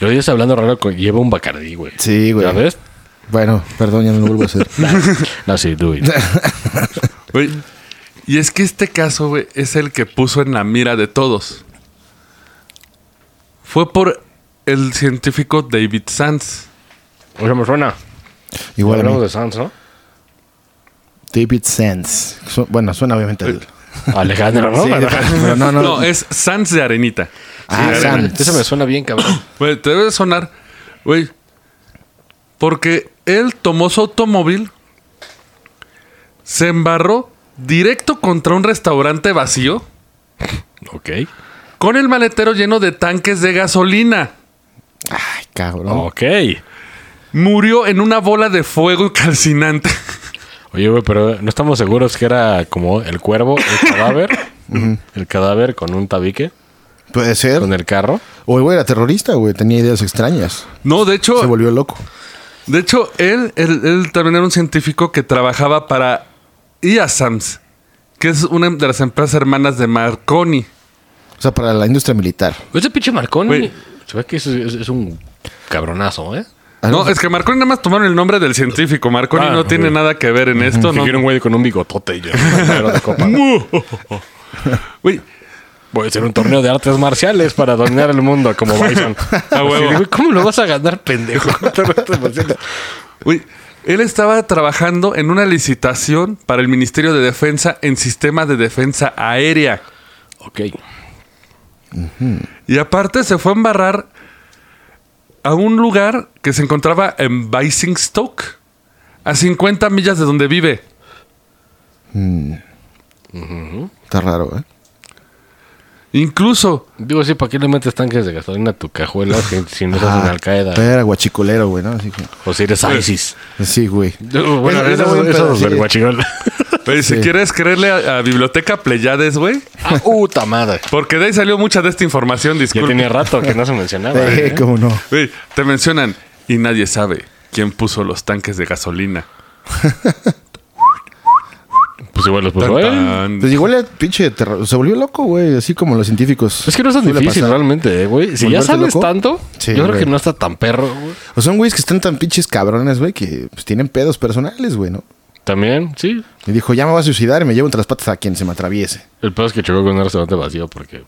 D: Yo ya estoy hablando raro, con- lleva un Bacardí, güey.
C: Sí, güey.
D: ¿Ya ves?
C: Bueno, perdón, ya no lo vuelvo a hacer.
D: No, sí, do it.
B: Güey, Y es que este caso, güey, es el que puso en la mira de todos. Fue por el científico David Sands.
D: O sea, me suena.
C: Igual a mí.
D: Hablamos de Sans, ¿no?
C: David Sands. Su- bueno, suena obviamente el...
D: Alejandro, ¿no?
C: Sí, pero no,
B: No,
C: no.
B: es Sands de Arenita.
C: Ah,
D: Sí,
C: Sands.
D: Eso me suena bien, cabrón.
B: Güey, te debe sonar, güey. Porque él tomó su automóvil, se embarró directo contra un restaurante vacío
D: ok.
B: con el maletero lleno de tanques de gasolina.
C: Ay, cabrón.
D: Ok.
B: Murió en una bola de fuego calcinante.
D: Oye, güey, pero no estamos seguros que era como el cuervo, el cadáver. el cadáver con un tabique,
C: Puede ser.
D: con el carro.
C: O el güey era terrorista, güey. Tenía ideas extrañas.
B: No, de hecho,
C: Se volvió loco.
B: de hecho, él, él, él también era un científico que trabajaba para IASAMS, que es una de las empresas hermanas de Marconi.
C: O sea, para la industria militar.
D: Ese pinche Marconi.
B: Güey.
D: Se ve que es, es- es un cabronazo, ¿eh?
B: No, es que Marconi nada más tomaron el nombre del científico. Marconi
D: Ah,
B: no tiene
D: güey.
B: nada que ver en esto,
D: Que
B: ¿no?
D: quiero un güey con un bigotote y yo. Pero de copa.
B: Güey,
D: Voy a hacer un torneo de artes marciales para dominar el mundo como Bison.
B: A huevo.
D: Así, güey, ¿Cómo lo vas a ganar, pendejo?
B: güey, él estaba trabajando en una licitación para el Ministerio de Defensa en sistema de defensa aérea.
D: ok.
B: Y aparte se fue a embarrar a un lugar que se encontraba en Basingstoke, a 50 millas de donde vive.
C: Está raro, ¿eh?
B: Incluso,
D: Digo, sí, ¿para qué le metes tanques de gasolina a tu cajuela si, si no estás en
C: Ah,
D: Al-Qaeda?
C: Pero era guachicolero, güey, ¿no? Así que...
D: O si eres ISIS.
C: Sí, güey.
D: Bueno,
C: Era- era
D: eso,
C: buen
D: eso
C: pedo,
D: es
C: sí.
D: del guachigol.
B: güey, si quieres creerle a, a Biblioteca Pleiades, güey,
D: Ah, puta madre.
B: porque de ahí salió mucha de esta información,
D: Ya
B: disculpe.
D: tenía rato que no se mencionaba.
C: Eh,
D: ¿eh?
C: ¿Cómo no?
B: Güey, te mencionan y nadie sabe quién puso los tanques de gasolina.
D: Pues igual los puso.
B: Tan,
D: ¿eh?
B: tan.
C: Pues igual el pinche terror... Se volvió loco, güey. Así como los científicos.
D: Es que no es tan
C: Suele
D: difícil
C: pasar.
D: realmente, eh, güey. Si ya
C: ¿Volverte
D: sabes
C: loco?
D: tanto,
C: Sí,
D: yo creo
C: güey.
D: que no está tan perro, güey.
C: O son güeyes que están tan pinches cabrones, güey, que pues, tienen pedos personales, güey, ¿no?
D: También, sí.
C: Y dijo, ya me voy a suicidar y me llevo entre las patas a quien se me atraviese.
D: El pedo es que chocó con un restaurante vacío porque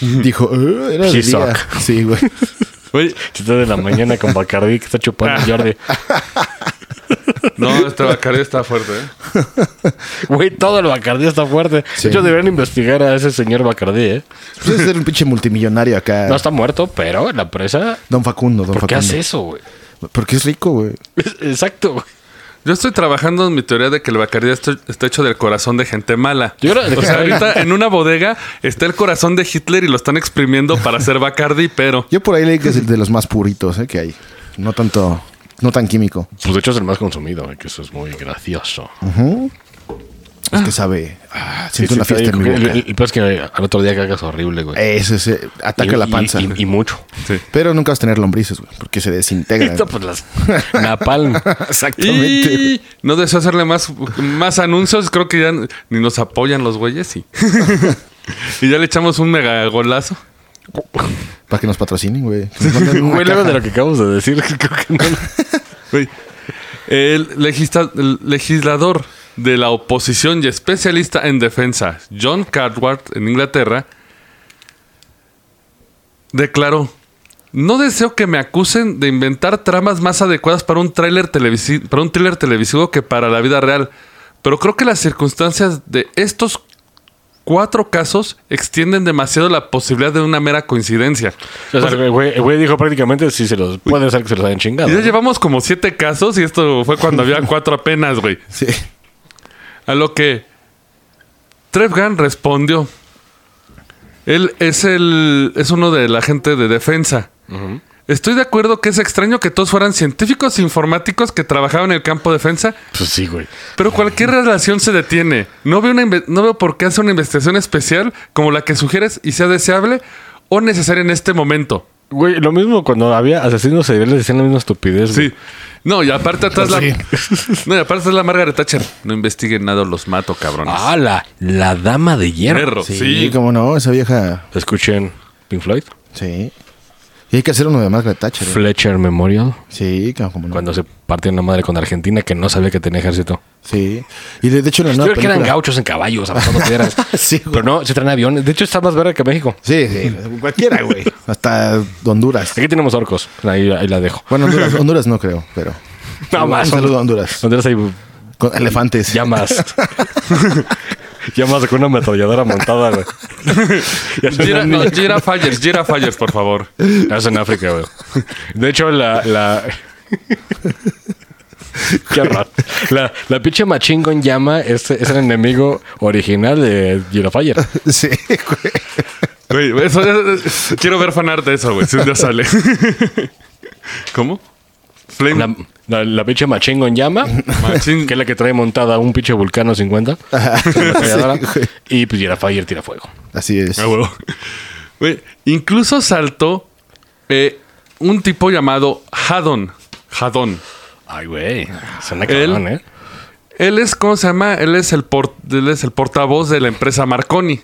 C: Dijo, "Eh, era de
D: She
C: día".
D: suck.
C: Sí, güey. Pues
B: Güey,
D: si estás de la mañana con Bacardi que está chupando Jordi.
B: no, este Bacardi está fuerte, ¿eh?
D: Güey, todo el Bacardí está fuerte.
C: Sí.
D: De hecho, deberían investigar a ese señor Bacardí, ¿eh?
C: Pues
D: Ah.
C: es ser un pinche multimillonario acá.
D: No está muerto, pero en la presa.
C: Don Facundo, don
D: ¿Por qué
C: Facundo.
D: hace eso, güey?
C: Porque es rico, güey.
D: Exacto, güey.
B: Yo estoy trabajando en mi teoría de que el Bacardí está está hecho del corazón de gente mala.
D: Yo creo-
B: o sea, ahorita en una bodega está el corazón de Hitler y lo están exprimiendo para hacer Bacardi, pero
C: Yo por ahí leí que es el de los más puritos eh, que hay. No tanto, no tan químico.
D: Pues de hecho es el más consumido, eh, que eso es muy gracioso.
C: Es que sabe. ah,
D: Sí,
C: siento Mm, una
D: sí,
C: fiesta
D: te
C: en mi
D: digo, el-
C: boca.
D: El el peor es que al otro día cagas horrible, güey.
C: Ese, ese, eh, ataca
D: Y-
C: la
D: y-
C: panza.
D: Y, y mucho.
B: sí.
C: Pero nunca vas a tener lombrices, güey, porque se desintegran.
D: Esto, pues las. Napalm.
C: Exactamente.
B: Y no deseo hacerle más, más anuncios. Creo que ya ni nos apoyan los güeyes. Y, y ya le echamos un mega golazo.
C: Para que nos patrocinen, güey. Que nos manden una
D: Güey, luego
C: caja.
D: de lo que acabamos de decir, creo que no.
B: Güey. El, legista- el legislador de la oposición y especialista en defensa, John Cartwright, en Inglaterra, declaró: No deseo que me acusen de inventar tramas más adecuadas para un tráiler televisi- para un thriller televisivo que para la vida real. Pero creo que las circunstancias de estos cuatro casos extienden demasiado la posibilidad de una mera coincidencia.
D: O sea, el güey, el güey dijo prácticamente si se los puede ser que se los hayan chingado.
B: Y ya llevamos como siete casos y esto fue cuando había cuatro apenas, güey.
C: Sí.
B: A lo que Trev Gunn respondió. Él es el es uno de la gente de defensa. Estoy de acuerdo que es extraño que todos fueran científicos e informáticos que trabajaban en el campo de defensa,
D: Pues sí, güey.
B: pero cualquier relación se detiene. No veo, una inve- no veo por qué hace una investigación especial como la que sugieres y sea deseable o necesaria en este momento.
D: Güey, lo mismo cuando había asesinos seriales decían la misma estupidez. güey.
B: Sí. No, y aparte atrás la. No, y aparte atrás la Margaret Thatcher. No investiguen nada, los mato, cabrones.
D: Ah, la, la dama de hierro.
B: Perro,
C: Sí,
B: sí.
C: cómo no, esa vieja.
D: Escuchen Pink Floyd.
C: Sí. Y hay que hacer uno de más Thatcher. ¿eh?
D: Fletcher Memorial.
C: Sí, cómo no.
D: Cuando se partieron la madre con Argentina que no sabía que tenía ejército.
C: Sí. Y de, de hecho, en la
D: Yo
C: nueva
D: creo que eran
C: película-
D: gauchos en caballos, avanzando piedras.
C: Sí, güey.
D: Pero no, se traen aviones. De hecho, está más verde que México.
C: Sí, sí. Cualquiera, güey. Hasta Honduras.
D: Aquí tenemos orcos. Ahí, ahí la dejo.
C: Bueno, Honduras, Honduras no creo, pero.
D: No
C: Un
D: más.
C: saludo a Honduras.
D: Honduras hay
C: Con elefantes.
D: llamas. llamas con una ametralladora montada, güey. Ya son
B: Gira,
D: en-
B: no, Gira Fires, Gira Fires, por favor.
D: ya son en África, güey. De hecho, la... la... Qué raro. La, la pinche Machine Gun Llama es, es el enemigo original de Girafire.
C: Sí, güey.
B: Güey, eso- eso- quiero ver fanart de eso, güey. Si un día sale. ¿Cómo? Flame
D: La, la, la pinche Machine Gun Llama,
B: Machine-
D: que es la que trae montada un pinche Vulcano 50. una ametralladora,
C: Sí, güey.
D: y pues Girafire tira fuego.
C: Así es.
B: Ah, huevo. Güey, incluso saltó eh, un tipo llamado Haddon. Haddon.
D: Ay, güey. Suena
B: Él-
D: cabrón, ¿eh?
B: Él es, ¿cómo se llama? Él es el, por- él es el portavoz de la empresa Marconi.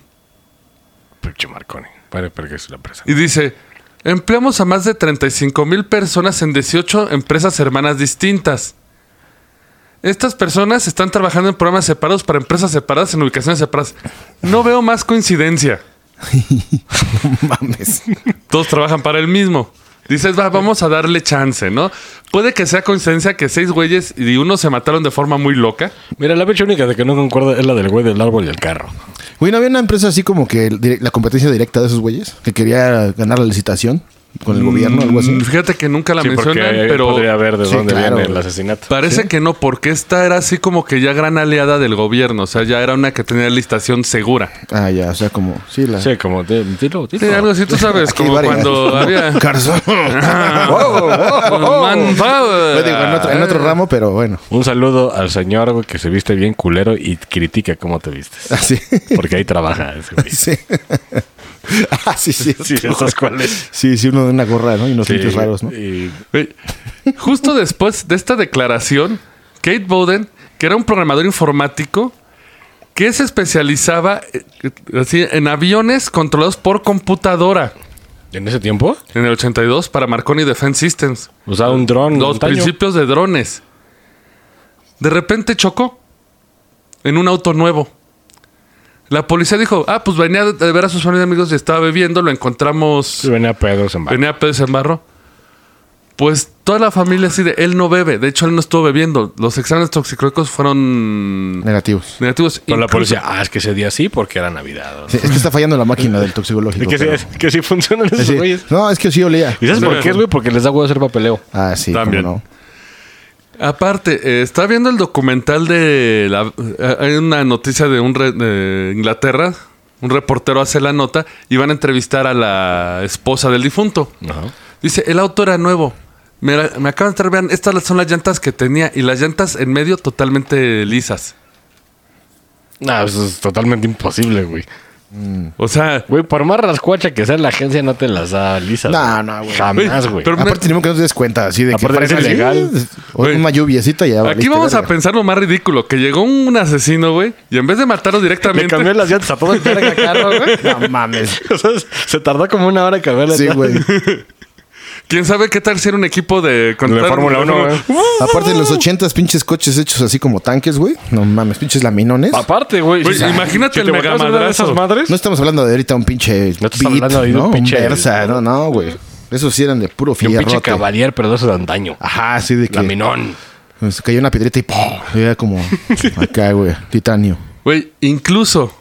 D: Pinche Marconi. Vale, pero que es la empresa.
B: Y dice, empleamos a más de 35 mil personas en 18 empresas hermanas distintas. Estas personas están trabajando en programas separados para empresas separadas en ubicaciones separadas. No veo más coincidencia.
C: Mames.
B: Todos trabajan para el mismo. Dices, va, vamos a darle chance, ¿no? Puede que sea coincidencia que seis güeyes y uno se mataron de forma muy loca.
D: Mira, la pinche única de que no concuerda es la del güey del árbol y el carro.
C: Güey, ¿no había una empresa así como que el dire- la competencia directa de esos güeyes? Que quería ganar la licitación con el gobierno o algo así.
B: Mm, Fíjate que nunca la
D: Sí, porque
B: mencionan,
D: ahí
B: pero
D: podría ver de
C: Sí,
D: dónde
C: claro.
D: viene el asesinato.
B: Parece que no, porque esta era así como que ya gran aliada del gobierno. O sea, ya era una que tenía listación segura.
C: Ah, ya, o sea, como. Sí, la.
D: Sí, como de, tiro, tiro.
B: Sí, algo así, tú sabes,
C: Aquí
B: como
C: varias.
B: cuando había... Ah.
C: Carzón.
B: Manpower.
C: Yo Pues digo, en, otro, en
D: Eh.
C: otro ramo, pero bueno.
D: Un saludo al señor güey, que se viste bien culero y critica cómo te vistes.
C: Así.
D: Porque ahí trabaja ese güey.
C: Ah, Sí. Ah, sí, sí.
D: Sí, esas cuales.
C: Sí, sí, uno de una gorra, ¿no? Y unos lentes raros, ¿no?
D: Y
B: Güey, Justo después de esta declaración, Kate Bowden, que era un programador informático, que se especializaba eh, eh, así, en aviones controlados por computadora
D: en ese tiempo
B: en el 82 para Marconi Defense Systems.
D: usaba un dron. de
B: Los
D: antaño.
B: principios de drones. De repente chocó en un auto nuevo. La policía dijo, ah, pues venía de ver a sus amigos y estaba bebiendo, lo encontramos,
D: Sí, venía pedos en barco.
B: venía a pedos en barro. Pues toda la familia así de él no bebe. De hecho, él no estuvo bebiendo. Los exámenes toxicológicos fueron
C: Negativos.
B: negativos.
D: Pero la
B: Incluso-
D: policía, ah, es que ese día sí porque era Navidad. ¿no?
C: Sí, es que está fallando la máquina del toxicológico.
D: que, sí,
C: pero-
D: es- que sí funcionan esos
C: Sí.
D: güeyes.
C: No, es que sí olía.
D: ¿Y sabes
B: Sí.
D: por qué, güey? Porque les da huevo hacer papeleo.
C: Ah, sí, cómo
B: También.
C: no.
B: Aparte, eh, estaba viendo el documental de. la- eh, hay una noticia de, un re- de Inglaterra. Un reportero hace la nota y van a entrevistar a la esposa del difunto.
D: Ajá.
B: Dice: el auto era nuevo. Me, la- me acaban de entrar, vean, estas son las llantas que tenía y las llantas en medio totalmente lisas.
D: No, eso es totalmente imposible, güey.
B: O sea,
D: Güey, por más rascuacha que sea la agencia, no te las da lisas.
C: No, no, güey.
D: Jamás,
B: Güey,
D: güey.
B: pero-
C: Aparte, tenemos que no te des cuenta, así de que
D: Aparte,
C: parece
D: es ilegal.
C: O
B: Güey.
C: una lluviecita y ya.
B: aquí
C: valiste
B: vamos a
C: verga.
B: pensar lo más ridículo: que llegó un asesino, güey, y en vez de matarlo
D: Le
B: directamente.
D: cambió las llantas a todo el verga carro, güey.
C: No mames.
D: O sea, se tardó como una hora en cambiar las
C: Sí, güey.
B: ¿Quién sabe qué tal si era un equipo de...
D: De Fórmula 1, güey.
C: Aparte, los 80 pinches coches hechos así como tanques, güey. No mames, pinches laminones.
D: Aparte, güey.
B: Güey,
D: te-
B: imagínate el
D: te volteas a ver a
B: megamadrazo.
D: esas madres.
C: No estamos hablando de ahorita un pinche.
D: No estás hablando de un
C: ¿no?
D: pinche-
C: Versa, no, no, güey. Esos sí eran de puro
D: Y un
C: fierrote.
D: pinche cabalier, pero de esos dan daño.
C: Ajá, así de que.
D: Laminón.
C: pues, cayó una piedrita y ¡pum! Y Era como. Acá, güey. Titanio.
B: Güey, incluso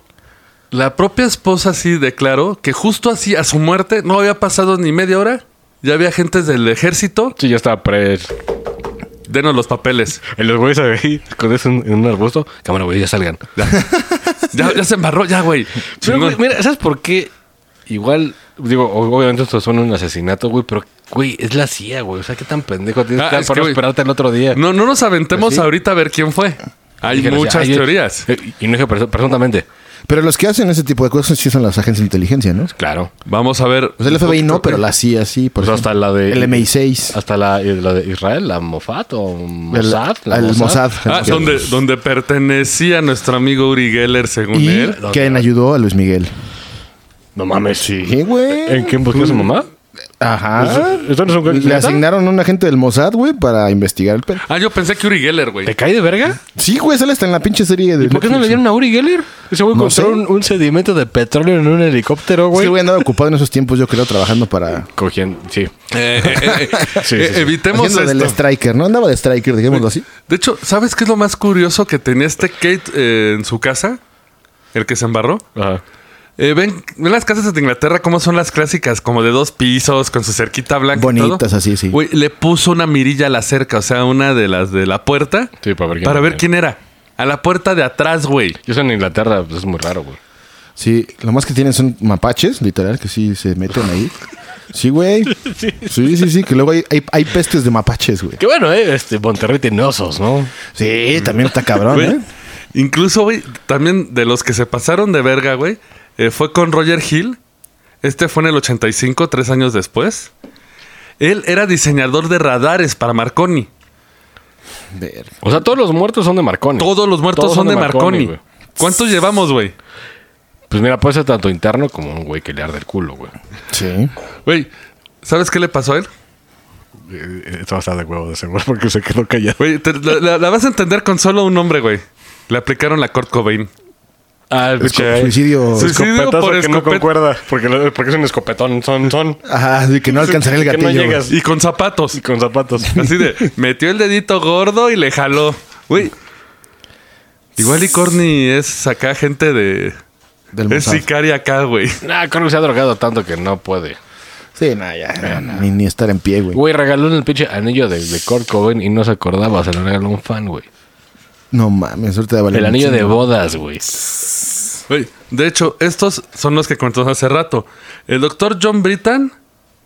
B: la propia esposa sí declaró que justo así a su muerte no había pasado ni media hora. Ya había agentes del ejército.
D: Sí, yo estaba preso.
B: Denos los papeles.
D: Y los güeyes ahí, con eso en en un arbusto. Cámara, güey, ya salgan.
B: Ya, ya se embarró, ya, güey.
D: Pero, güey,
B: Chingón.
D: mira, ¿sabes por qué? Igual, digo, o- obviamente estos son un asesinato, güey, pero, güey, es la CIA, güey. O sea, qué tan pendejo tienes
B: Ah,
D: que estar
B: es
D: para
B: que,
D: no
B: güey,
D: esperarte el otro día.
B: No, no nos aventemos
C: Pues sí.
B: ahorita a ver quién fue. Hay
D: Dijeras,
B: muchas
D: "Ay, eh,
B: teorías.
D: eh, Y no dije perso- presuntamente.
C: Pero los que hacen ese tipo de cosas sí son las agencias de inteligencia, ¿no?
D: Claro.
B: Vamos a ver.
C: O sea, Pues el FBI no, pero la CIA sí. Por
D: Pues hasta
C: ejemplo.
D: la de.
C: El MI6.
D: Hasta la, eh, la de Israel, la Moffat o Mossad.
C: El, el Mossad.
B: Ah,
C: Que-
B: donde, donde pertenecía nuestro amigo Uri Geller, según
C: Y
B: él.
C: quien ayudó a Luis Miguel.
D: No mames, sí.
C: Sí, güey.
D: ¿En quién buscó a su mamá?
C: Ajá.
D: ¿Esto no Pues, es un güey que
C: Le
D: neta?
C: asignaron a un agente del Mossad, güey, para investigar el pedo.
B: Ah, yo pensé que Uri Geller, güey.
D: ¿Te cae de verga?
C: Sí, güey, sale hasta en la pinche serie de.
D: ¿Por qué no le
C: Netflix.
D: dieron a Uri Geller? Ese güey
C: No
D: encontró
C: sé.
D: un, un sedimento de petróleo en un helicóptero,
C: Es que
D: güey.
C: el güey andaba ocupado en esos tiempos, yo creo, trabajando para.
D: Cogiendo, sí.
B: Eh, eh, eh, eh,
D: Sí, sí,
B: eh,
D: sí.
B: Evitemos
C: Haciendo del
B: esto.
C: striker, ¿no? Andaba de striker, digámoslo así.
B: De hecho, ¿sabes qué es lo más curioso que tenía este Kate eh, en su casa? El que se embarró.
D: Ajá.
B: Eh, ven, ven las casas de Inglaterra cómo son las clásicas, como de dos pisos, con su cerquita blanca. y
C: Bonitas,
B: todo?
C: así, sí.
B: Güey, le puso una mirilla a la cerca, o sea, una de las de la puerta.
D: Sí, para ver quién
B: Para
D: era.
B: ver quién era. A la puerta de atrás, güey.
D: Yo soy en Inglaterra, pues es muy raro, güey.
C: Sí, lo más que tienen son mapaches, literal, que sí se meten ahí. Sí, güey. Sí, sí, sí, que luego hay, hay, hay pestes de mapaches, güey.
D: Qué bueno, ¿eh? Este, Monterrey tiene osos, ¿no?
C: Sí, también está cabrón,
B: Güey,
C: ¿eh?
B: Incluso, güey, también de los que se pasaron de verga, güey, eh, fue con Roger Hill. Este fue en el 85, tres años después. Él era diseñador de radares para Marconi.
C: Ver.
D: O sea, todos los muertos son de Marconi.
B: Todos los muertos
D: Todos
B: son de Marconi.
D: güey.
B: ¿Cuántos llevamos, güey?
D: Pues mira, puede ser tanto interno como un güey que le arde el culo, güey.
C: Sí.
B: Güey, ¿sabes qué le pasó a él?
D: Eh, Esto va a estar de huevo de seguro porque se quedó callado.
B: Güey, te- la, la- la vas a entender con solo un nombre, güey. Le aplicaron la Kurt Cobain.
D: Ah, el
C: Esco-
D: pinche-
C: suicidio.
B: Sí, sí. Suicidio
D: Escopetazo
B: por
D: que no
B: escopeta.
D: concuerda. Porque, lo- porque es un escopetón. Son, son.
C: Ajá, de que no alcanzaré el
D: Que no
C: gatillo. güey.
D: llegas.
B: Y con zapatos.
D: Y con zapatos.
B: Así de, metió el dedito gordo y le jaló. Güey. Igual y Corny es acá gente de...
C: Del
B: Es
C: Mossad.
B: sicaria acá, güey.
D: Nah, Corny Ah, se ha drogado tanto que no puede.
C: Sí, no, ya. no, no, Ni, ni estar en pie, güey.
D: Güey, regaló el pinche anillo de, de Kurt Cobain y no se acordaba. Se lo regaló un fan, güey.
C: No mames, ahorita de valer.
D: El
C: un
D: anillo de
C: chingo.
D: bodas, güey.
B: Güey, De hecho, estos son los que contamos hace rato. El doctor John Brittan,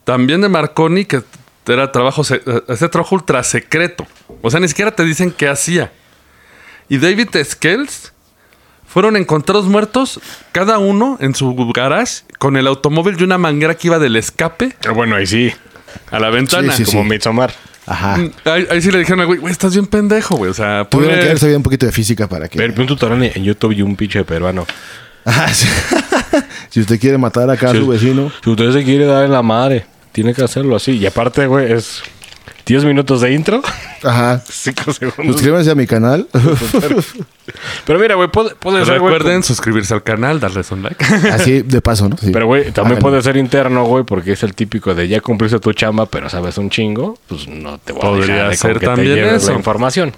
B: también de Marconi, que era trabajo, se- hacía trabajo ultra secreto. O sea, ni siquiera te dicen qué hacía. Y David Skells fueron encontrados muertos, cada uno en su garage, con el automóvil y una manguera que iba del escape
D: Pero bueno, ahí sí.
B: a la ventana. mm,
C: Sí, sí,
D: Como Midsommar.
C: Ajá.
B: Ahí, ahí sí le dijeron, al güey, güey, estás bien pendejo, güey. O sea,
C: Tuvieron
B: ponle-
C: que haber sabido un poquito de física para que.
D: Ver un tutorial en YouTube y un pinche peruano.
C: Ajá, sí. si usted quiere matar acá a su vecino.
D: Si usted se quiere dar en la madre, tiene que hacerlo así. Y aparte, güey, es 10 minutos de intro,
C: Ajá.
D: 5 segundos.
C: Suscríbanse a mi canal.
D: Pero mira, güey, puede, puede ser, güey.
B: Recuerden suscribirse al canal, darles un like.
C: Así de paso, ¿no? Sí.
D: pues, Pero, güey, también
C: Háganlo.
D: puede ser interno, güey, porque es el típico de ya cumpliste tu chamba, pero sabes un chingo, pues no te voy
B: Podría
D: a dejar de con
B: ser
D: que
B: también
D: te lleves
B: eso.
D: la información.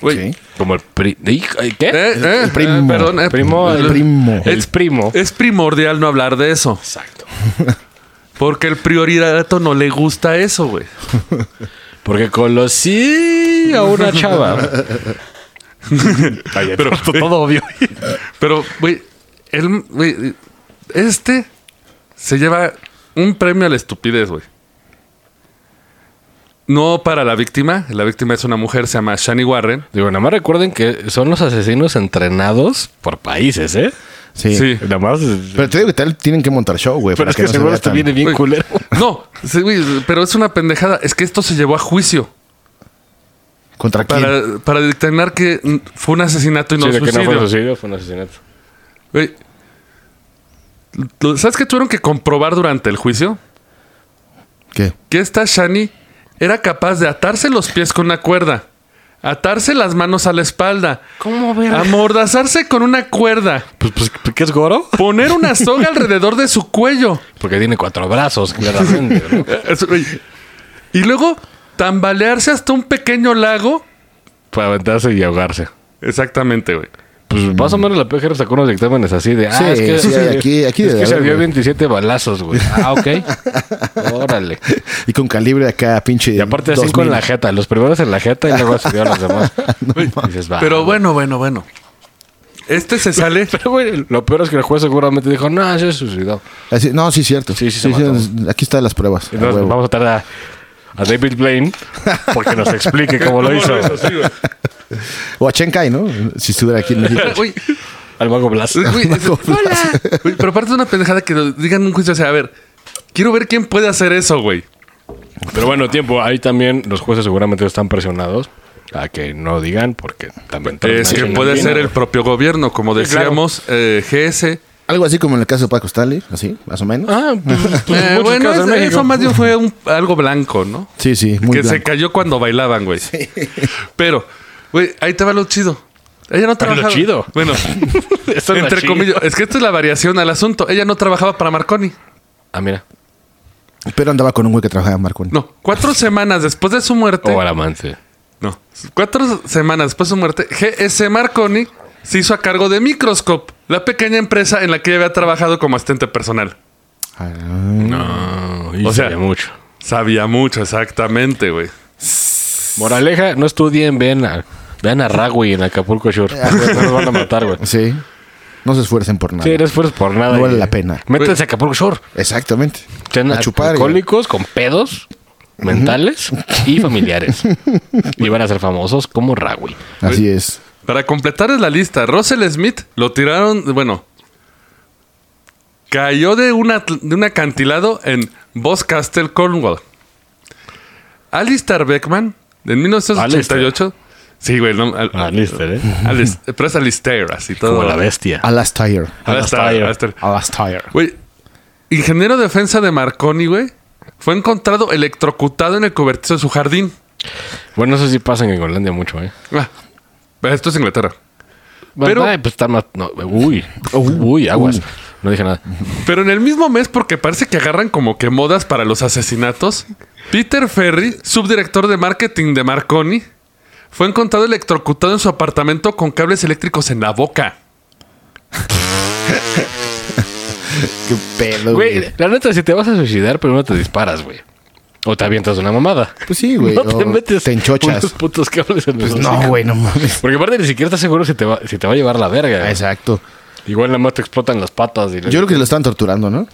B: Güey.
C: Sí.
D: Como el pri ¿y- ¿Qué?
B: Eh, eh,
C: el primo.
B: eh, perdón, eh,
D: Primo,
C: El primo.
D: El primo.
B: Es primordial no hablar de eso.
D: Exacto.
B: Porque el prioritato no le gusta eso, güey.
D: Porque conocí a una chava. Vaya,
B: Pero-
D: todo obvio.
B: Pero, güey, el- güey, este se lleva un premio a la estupidez, güey. No para la víctima. La víctima es una mujer, se llama Shani Warren.
D: Digo, nada más recuerden que son los asesinos entrenados por países, ¿eh?
C: Sí.
B: Sí.
D: Nada más.
C: Pero te digo que tal tienen que montar show, güey.
D: Pero
C: para
D: es que,
C: no se
D: seguro
C: vea
D: esto
C: tan-
D: viene bien
B: Güey,
D: culero.
B: No, sí, güey, pero es una pendejada. Es que esto se llevó a juicio
C: ¿Contra quién?
B: para, para dictaminar que mm, fue un asesinato y no
D: Sí,
B: un
D: de que no
B: suicidio.
D: fue suicidio, fue un asesinato.
B: Güey, lo- ¿Sabes qué tuvieron que comprobar durante el juicio?
C: ¿Qué?
B: que esta Shani era capaz de atarse los pies con una cuerda, atarse las manos a la espalda,
D: ¿Cómo
B: amordazarse con una cuerda,
D: Pues, pues, ¿qué es Goro?
B: poner una soga alrededor de su cuello
D: Porque tiene cuatro brazos, claramente. ¿no?
B: Eso, güey. y luego tambalearse hasta un pequeño lago.
D: Para aventarse y ahogarse.
B: Exactamente, güey.
D: Pues más o menos la PGR sacó unos dictámenes así de. Ah,
C: Sí,
D: es que,
C: sí, aquí- aquí
D: es
C: debe
D: que se
C: haber,
D: dio
C: güey.
D: 27 balazos, güey. Ah, ok. Órale.
C: Y con calibre acá, pinche.
D: Y aparte así
C: 2000.
D: con la jeta. Los primeros en la jeta y luego se dio a los demás. Dices, va,
B: Pero
D: güey.
B: bueno, bueno, bueno. Este se sale.
D: Pero, güey, lo peor es que el juez seguramente dijo, no, se suicidó.
C: Así- no, sí, cierto.
D: Sí, sí se
C: Aquí están las pruebas. A
D: Entonces
C: huevo.
D: vamos a traer a, a David Blaine porque nos explique cómo lo hizo.
B: Sí, güey.
C: O a Chen Kai, ¿no? Si estuviera aquí en México.
B: Pero, güey,
D: Al mago Blas.
B: güey, es- Hola. Güey, Pero aparte es una pendejada que lo digan en un juicio. O sea, a ver, quiero ver quién puede hacer eso, güey.
D: Pero bueno, tiempo. Ahí también los jueces seguramente están presionados a que no digan porque también...
B: Es que puede ser el propio gobierno, como decíamos, eh, GS.
C: Algo así como en el caso de Paco Stanley, así, más o menos.
D: Ah, pues, pues,
B: Eh,
D: muchos
B: bueno,
D: casos
B: es-
D: en México.
B: eso más bien fue un- algo blanco, ¿no?
C: sí, sí, muy
B: que se
C: blanco.
B: cayó cuando bailaban, güey. Pero, güey, ahí te va lo chido. Ella no trabajaba.
D: chido.
B: Bueno,
D: Esto es
B: entre
D: machín.
B: comillas, es que esta es la variación al asunto. Ella no trabajaba para Marconi.
D: Ah, mira.
C: Pero andaba con un güey que trabajaba en Marconi.
B: No, cuatro semanas después de su muerte.
D: O al amante.
B: No, cuatro semanas después de su muerte, GS Marconi se hizo a cargo de Microscope, la pequeña empresa en la que ella había trabajado como asistente personal.
C: Ah,
D: No, y
B: O sea-
D: sabía mucho.
B: Sabía mucho, exactamente, güey.
D: Moraleja, no estudien, vean a, vean a Ragui en Acapulco Shore. no nos van a matar, güey.
C: Sí. No se esfuercen por nada.
D: Sí, no esfuerzos por nada.
C: No vale
D: y-
C: la pena.
D: Métanse a Acapulco Shore.
C: Exactamente.
D: Sean
C: A chupar.
D: alcohólicos con pedos mentales y familiares. y van a ser famosos como Ragui.
C: ya. Así es.
B: Para completar la lista, Russell Smith lo tiraron, bueno, cayó de, una, de un acantilado en Boscastle, Cornwall. Alistair Beckman, en 1988. Sí, güey, no, al-
C: Ah,
D: Alistair, ¿eh?
B: Alis- pero es Alistair, así todo.
D: Como la bestia.
C: Alastair.
B: Alistair, Alistair.
C: Alastair.
B: Güey, ingeniero de defensa de Marconi, güey, fue encontrado electrocutado en el cobertizo de su jardín.
D: Bueno, eso sí pasa en Inglaterra mucho, ¿eh?
B: Ah, esto es Inglaterra. Pero-
D: Pero... pues están más... no, uy, uy, aguas. No dije nada.
B: Pero en el mismo mes, porque parece que agarran como que modas para los asesinatos, Peter Ferry, subdirector de marketing de Marconi, fue encontrado electrocutado en su apartamento con cables eléctricos en la boca.
C: Qué pedo, güey.
D: Güey, la neta, si te vas a suicidar, primero te disparas, güey. O te avientas una mamada.
C: Pues sí, güey.
D: No te
C: o
D: metes
C: Te
D: unos
C: enchochas.
D: putos cables en el
C: Pues
D: hocico.
C: no, güey, no mames.
D: Porque aparte ni siquiera estás seguro si te va, si te va a llevar la verga.
B: Ah,
D: güey.
C: Exacto.
D: Igual nada más te explotan las patas. Y le-
C: Ah, Yo creo que lo están torturando, ¿no?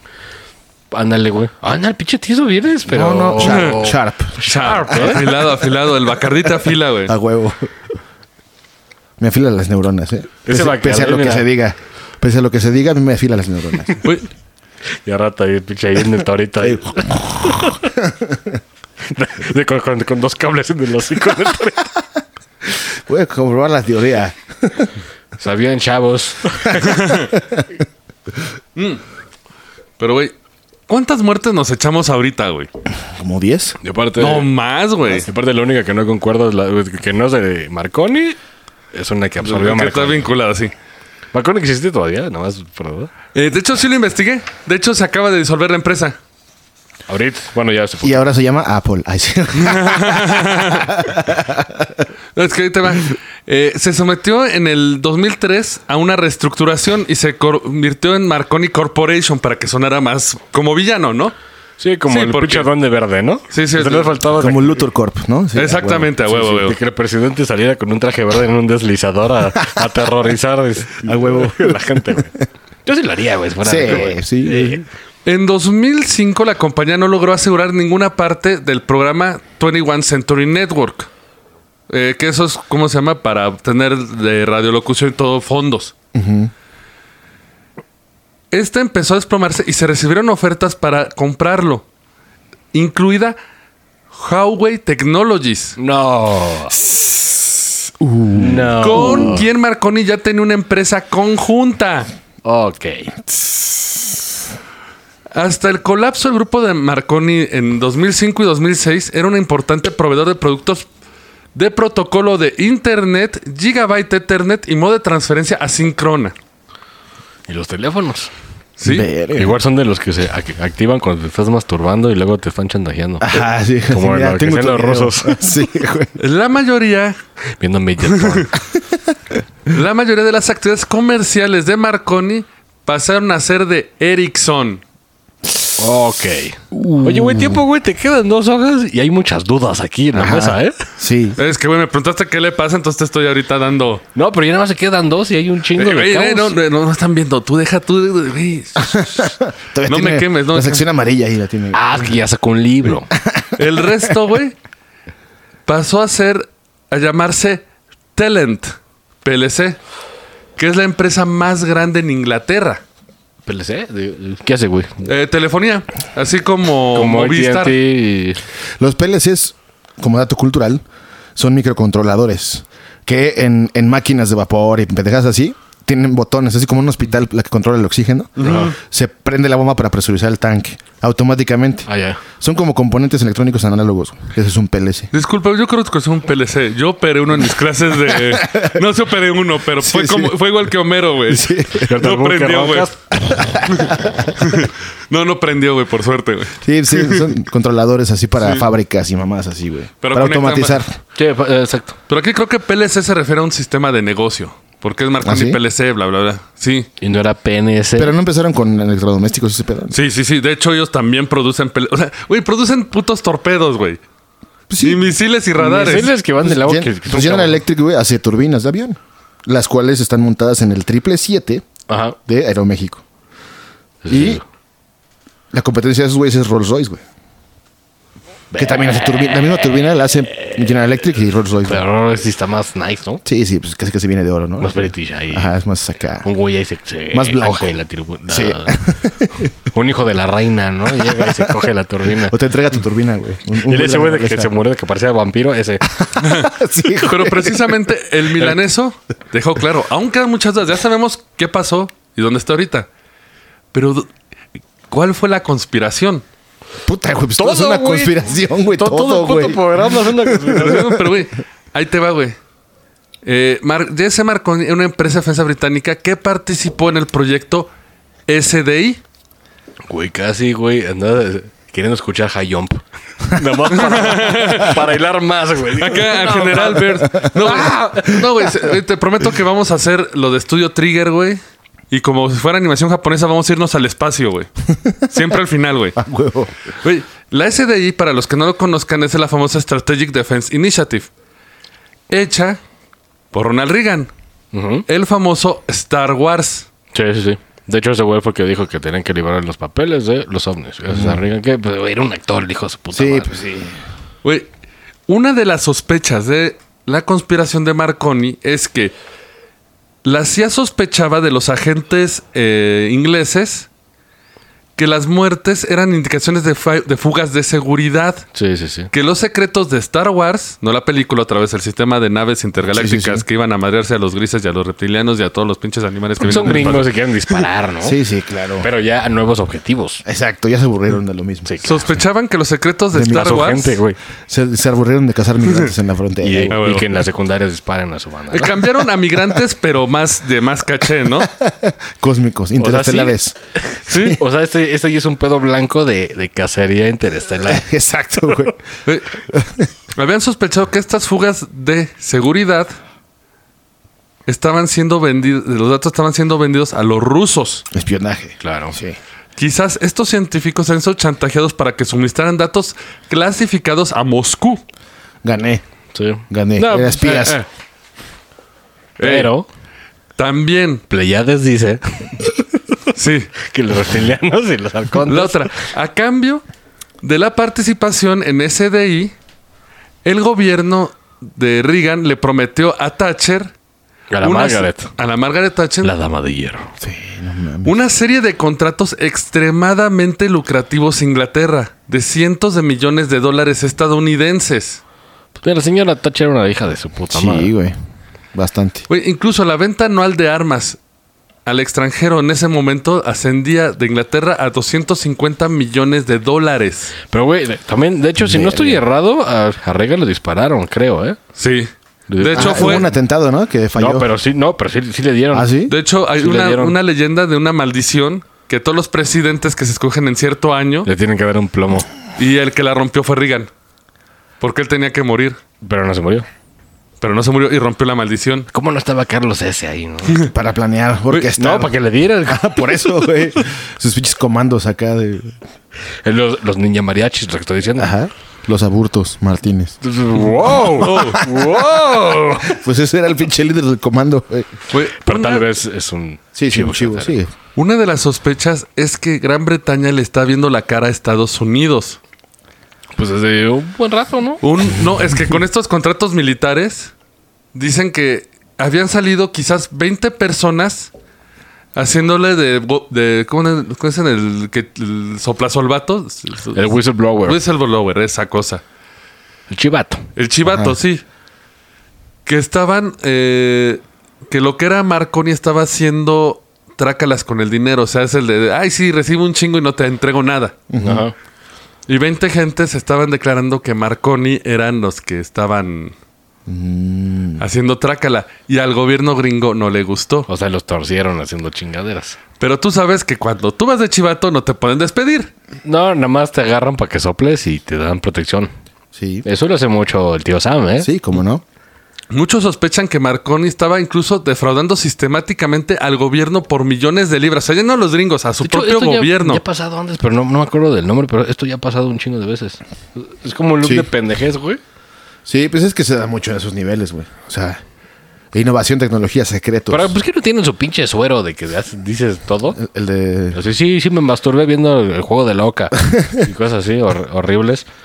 D: Ándale, güey. Ándale, Ah, pinche tizo vienes, pero...
C: No, no.
B: Oh.
C: Sharp. sharp.
B: Sharp, Ah, afilado, afilado, el bacardita afila, güey.
C: A huevo. Me afila las neuronas, ¿eh? Pese,
D: Bacardí,
C: pese a lo que
D: mira.
C: se diga. Pese a lo que se diga, a mí me afila las neuronas.
B: Güey,
D: Y a rato ahí, pinche ahí en el torito. ahí. De- con, con- con dos cables en el hocico. en el torito.
C: Voy a comprobar la teoría.
D: Sabían chavos.
B: Pero, güey, ¿Cuántas muertes nos echamos ahorita, güey?
C: ¿Como 10?
D: Y aparte,
B: No más, güey.
D: y aparte la única que no concuerdo es la que no es de Marconi. Es una que absorbió a
B: Que está
D: Marconi.
B: vinculada, sí.
D: Marconi existe todavía, nada más por duda.
B: Eh, de hecho, sí lo investigué. De hecho, se acaba de disolver la empresa.
D: Ahorita, bueno, ya se fue.
C: Y ahora se llama Apple. Ay, sí.
B: No, Es que ahí te va. Eh, se sometió en el 2003 a una reestructuración y se convirtió en Marconi Corporation para que sonara más como villano, ¿no?
D: Sí, como
B: Sí,
D: el
B: porque-
D: pinche de verde, ¿no?
B: Sí, sí,
D: Te
B: sí.
D: le faltaba
C: Como Luthor Corp, ¿no? Sí,
B: Exactamente, a
D: Sí,
B: huevo,
D: sí,
B: huevo.
D: de que el presidente saliera con un traje verde en un deslizador a, a aterrorizar es- a huevo a la gente, güey. Yo sí lo haría, güey. si
C: a
D: fuera
C: huevo.
D: rico, güey.
C: Sí, sí.
B: En 2005 la compañía no logró asegurar ninguna parte del programa 21 Century Network, eh, que eso es cómo se llama para obtener de radiolocución y todo fondos. Esta empezó a desplomarse y se recibieron ofertas para comprarlo, incluida Huawei Technologies.
D: No. no.
B: Con quien Marconi ya tenía una empresa conjunta.
D: Ok.
B: Hasta el colapso del grupo de Marconi en 2005 y 2006 era un importante proveedor de productos de protocolo de Internet, Gigabyte Ethernet y modo de transferencia asíncrona.
D: ¿Y los teléfonos?
B: ¿Sí?
C: Verga.
D: Igual son de los que se ac- activan cuando te estás masturbando y luego te están chantajeando.
C: Ajá, sí.
D: Como
C: Sí, mira,
D: lo que hacían
C: tu
D: los
C: video.
D: rusos.
C: Sí, güey.
B: La mayoría,
D: Viendo midget porn.
B: la mayoría de las actividades comerciales de Marconi pasaron a ser de Ericsson.
D: Ok.
C: Uh.
D: Oye, güey, tiempo, güey. Te quedan dos hojas y hay muchas dudas aquí en la
C: Ajá.
D: mesa, ¿eh?
C: Sí.
B: Es que, güey, me preguntaste qué le pasa, entonces te estoy ahorita dando...
D: No, pero ya nada más se quedan dos y hay un chingo
B: Eh,
D: de
B: güey, eh, no,
D: cabos.
B: no, no, no están viendo. Tú deja tú... güey.
C: Todavía
B: No me
C: tiene
B: quemes, no me
C: La sección amarilla ahí la tiene.
D: Ah, es que ya sacó un libro.
B: El resto, güey, pasó a ser, a llamarse Talent PLC, que es la empresa más grande en Inglaterra.
D: PLC, Pues, ¿eh? de- ¿qué hace, güey?
B: Eh, telefonía, así como,
D: Como
B: Movistar.
D: AT&T y-
C: Los PLCs, como dato cultural, son microcontroladores que en, en máquinas de vapor y pendejadas así tienen botones, así como en un hospital la que controla el oxígeno. Se prende la bomba para presurizar el tanque automáticamente.
D: Ah, ya.
C: Son como componentes electrónicos análogos. Ese es un PLC.
B: Disculpa, yo creo que es un PLC. Yo operé uno en mis clases de. No se operé uno, pero fue,
C: Sí,
B: como,
C: sí.
B: fue igual que Homero, güey.
C: Sí.
B: No prendió, güey. No, no prendió, güey, por suerte, güey.
C: Sí, sí, son controladores así para fábricas y mamás así, güey.
B: Pero
C: para
B: conectan-
C: automatizar.
D: Sí, pa- eh, exacto.
B: Pero aquí creo que PLC se refiere a un sistema de negocio. Porque es Marconi
C: ¿Ah, sí?
B: PLC, bla, bla, bla. Sí.
D: Y no era PNC.
C: Pero no empezaron con electrodomésticos ese pedo.
B: Sí, sí, sí. De hecho, ellos también producen. pele- O sea, güey, producen putos torpedos, güey. Y misiles y radares.
D: Misiles que van del agua.
C: Gen-
D: que- que son
C: pues General
D: cabrones.
C: Electric, güey, hace turbinas de avión, las cuales están montadas en el 777
D: Ajá.
C: de Aeroméxico.
D: Sí.
C: La competencia de esos güeyes es Rolls Royce, güey. Que también hace turbina. La misma turbina la hace General Electric y Rolls Royce. güey.
D: Pero ahora sí está más nice, ¿no?
C: Sí, sí, pues casi que se viene de oro, ¿no?
D: Más pretilla ahí.
C: Ajá, es más acá.
D: Un güey ahí se, se
C: Más blanco.
D: coge la turbina.
C: Sí.
D: Un hijo de la reina, ¿no? Llega y se coge la turbina.
C: O te entrega tu turbina, güey. Un- un
D: Y ese güey de que
C: realeza.
D: se murió, de que parecía vampiro, ese.
C: sí, güey.
B: Pero precisamente el milaneso dejó claro. Aún quedan muchas dudas. Ya sabemos qué pasó y dónde está ahorita. Pero, d- ¿cuál fue la conspiración?
C: Puta, güey, pues todo, es
D: Todo,
C: una
D: güey.
C: conspiración, güey.
D: To-
C: Todo,
D: el puto
C: güey.
D: programa es una conspiración.
B: Pero, güey, ahí te va, güey. Eh, Mar JC Marconi, una empresa de defensa británica que participó en el proyecto SDI.
D: Güey, casi, güey. Andaba eh, queriendo escuchar High Jump. Nada más para, para hilar más, güey.
B: Acá al
D: No,
B: general
D: mames.
B: Bert. No, güey. No, güey, se- eh, Te prometo que vamos a hacer lo de estudio Trigger, güey. Y como si fuera animación japonesa, vamos a irnos al espacio, güey. Siempre al final, güey.
C: Ah, huevo.
B: Güey, la SDI, para los que no lo conozcan, es la famosa Strategic Defense Initiative. Hecha por Ronald Reagan.
D: Ujú.
B: El famoso Star Wars.
D: Sí, sí, sí. De hecho, ese güey fue el que dijo que tenían que liberar los papeles de los ovnis. Gracias a Reagan, que pues, güey, era un actor, dijo su puta
C: Sí,
D: madre.
C: pues sí.
B: Güey, una de las sospechas de la conspiración de Marconi es que la CIA sospechaba de los agentes eh, ingleses que las muertes eran indicaciones de, fa- de fugas de seguridad.
D: Sí, sí, sí.
B: Que los secretos de Star Wars, no la película, otra vez el sistema de naves intergalácticas
C: Sí, sí, sí.
B: que iban a madrearse a los grises y a los reptilianos y a todos los pinches animales que
D: Son
B: vienen del
D: gringos
B: espacio.
D: y quieren disparar, ¿no?
C: Sí, sí, claro.
D: Pero ya a nuevos objetivos.
C: Exacto, ya se aburrieron de lo mismo.
D: Sí, claro.
B: Sospechaban que los secretos de,
C: De mi-
D: A
B: Star
D: su
B: Wars.
D: gente, güey.
C: Se, se aburrieron de cazar migrantes en la frontera.
D: Y,
C: güey.
B: Ah, bueno.
D: y que en las secundarias disparen a su banda.
B: Eh, Cambiaron a migrantes, pero más de más caché, ¿no?
C: Cósmicos, interestelares.
B: Sí.
D: O sea, este, este ya es un pedo blanco de, de cacería interestelar.
C: Exacto, güey.
B: Eh, Habían sospechado que estas fugas de seguridad estaban siendo vendidos, los datos estaban siendo vendidos a los rusos.
C: Espionaje.
D: Claro.
C: Sí.
B: Quizás estos científicos han sido chantajeados para que suministraran datos clasificados a Moscú.
C: Gané,
D: Sí.
C: gané.
B: No,
C: Era
B: pues,
C: espías.
B: eh, eh.
D: Pero
B: También,
D: Pleiades dice
B: sí.
D: que los reptilianos y los arcontes.
B: La otra, a cambio de la participación en SDI, el gobierno de Reagan le prometió a Thatcher
D: A la
B: unas-
D: Margaret.
B: a la Margaret Thatcher
D: La dama de hierro.
C: Sí, no mames.
B: una serie de contratos extremadamente lucrativos a Inglaterra, de cientos de millones de dólares estadounidenses.
D: Pero la señora Thatcher era una hija de su puta madre.
C: Sí, güey. Bastante.
B: Güey, incluso la venta anual de armas al extranjero en ese momento ascendía de Inglaterra a 250 millones de dólares.
D: Pero, güey, de- también, de hecho, si no estoy errado, a, a Reagan lo dispararon, creo, ¿eh?
B: Sí. De hecho,
C: Ah,
B: fue.
C: Hubo un atentado, ¿no? Que falló.
D: No, pero sí, no, pero sí, sí le dieron.
C: ¿Ah, sí?
B: De hecho, hay
D: Sí, le
B: una,
D: dieron.
B: una leyenda de una maldición que todos los presidentes que se escogen en cierto año
D: Le tienen que dar un plomo.
B: y el que la rompió fue Reagan. Porque él tenía que morir,
D: Pero no se murió.
B: pero no se murió y rompió la maldición.
D: ¿Cómo no estaba Carlos S. ahí, no?
C: Para planear, porque está.
D: No, para que le Ah, dieran.
C: Por eso, güey. Sus pinches comandos acá de.
D: Los, los ninja mariachis, lo que estoy diciendo.
C: Ajá. Los aburtos, Martínez.
D: ¡Wow! ¡Wow!
C: Pues ese era el pinche líder del comando, güey.
B: Fue
D: Pero
B: una-
D: tal vez es un
C: Sí, sí, chivo, sí.
B: Una de las sospechas es que Gran Bretaña le está viendo la cara a Estados Unidos.
D: Pues desde un buen rato, ¿no?
B: Un, no, es que con estos contratos militares dicen que habían salido quizás 20 personas haciéndole de, bo- de ¿cómo, le- cómo dicen? El, que, el soplasolvato.
D: El whistleblower.
B: Whistleblower, esa cosa.
D: El chivato.
B: El chivato,
C: Ajá.
B: sí. Que estaban. eh, que lo que era Marconi estaba haciendo trácalas con el dinero. O sea, es el de. Ay, sí, recibo un chingo y no te entrego nada.
D: Ajá.
B: Y 20 gentes estaban declarando que Marconi eran los que estaban. Haciendo trácala. Y al gobierno gringo no le gustó.
D: O sea, los torcieron haciendo chingaderas.
B: Pero tú sabes que cuando tú vas de chivato no te pueden despedir.
D: No, nada más te agarran para que soples y te dan protección.
C: Sí.
D: Eso lo hace mucho el tío Sam, ¿eh?
C: Sí, cómo no.
B: Muchos sospechan que Marconi estaba incluso defraudando sistemáticamente al gobierno por millones de libras. O sea, ya no a los gringos, a su
D: De hecho,
B: propio
D: esto ya-
B: gobierno.
D: Ya, ha pasado antes, pero no, no me acuerdo del nombre, pero esto ya ha pasado un chingo de veces. Es como el look
C: Sí.
D: de pendejez, güey.
C: Sí, pues es que se da mucho en esos niveles, güey. O sea, e innovación, tecnología, secretos.
D: Pero pues que no tienen su pinche suero de que haces- dices todo.
C: El- El de.
D: Así, sí, sí me masturbé viendo el, el juego de la oca y cosas así hor- horribles.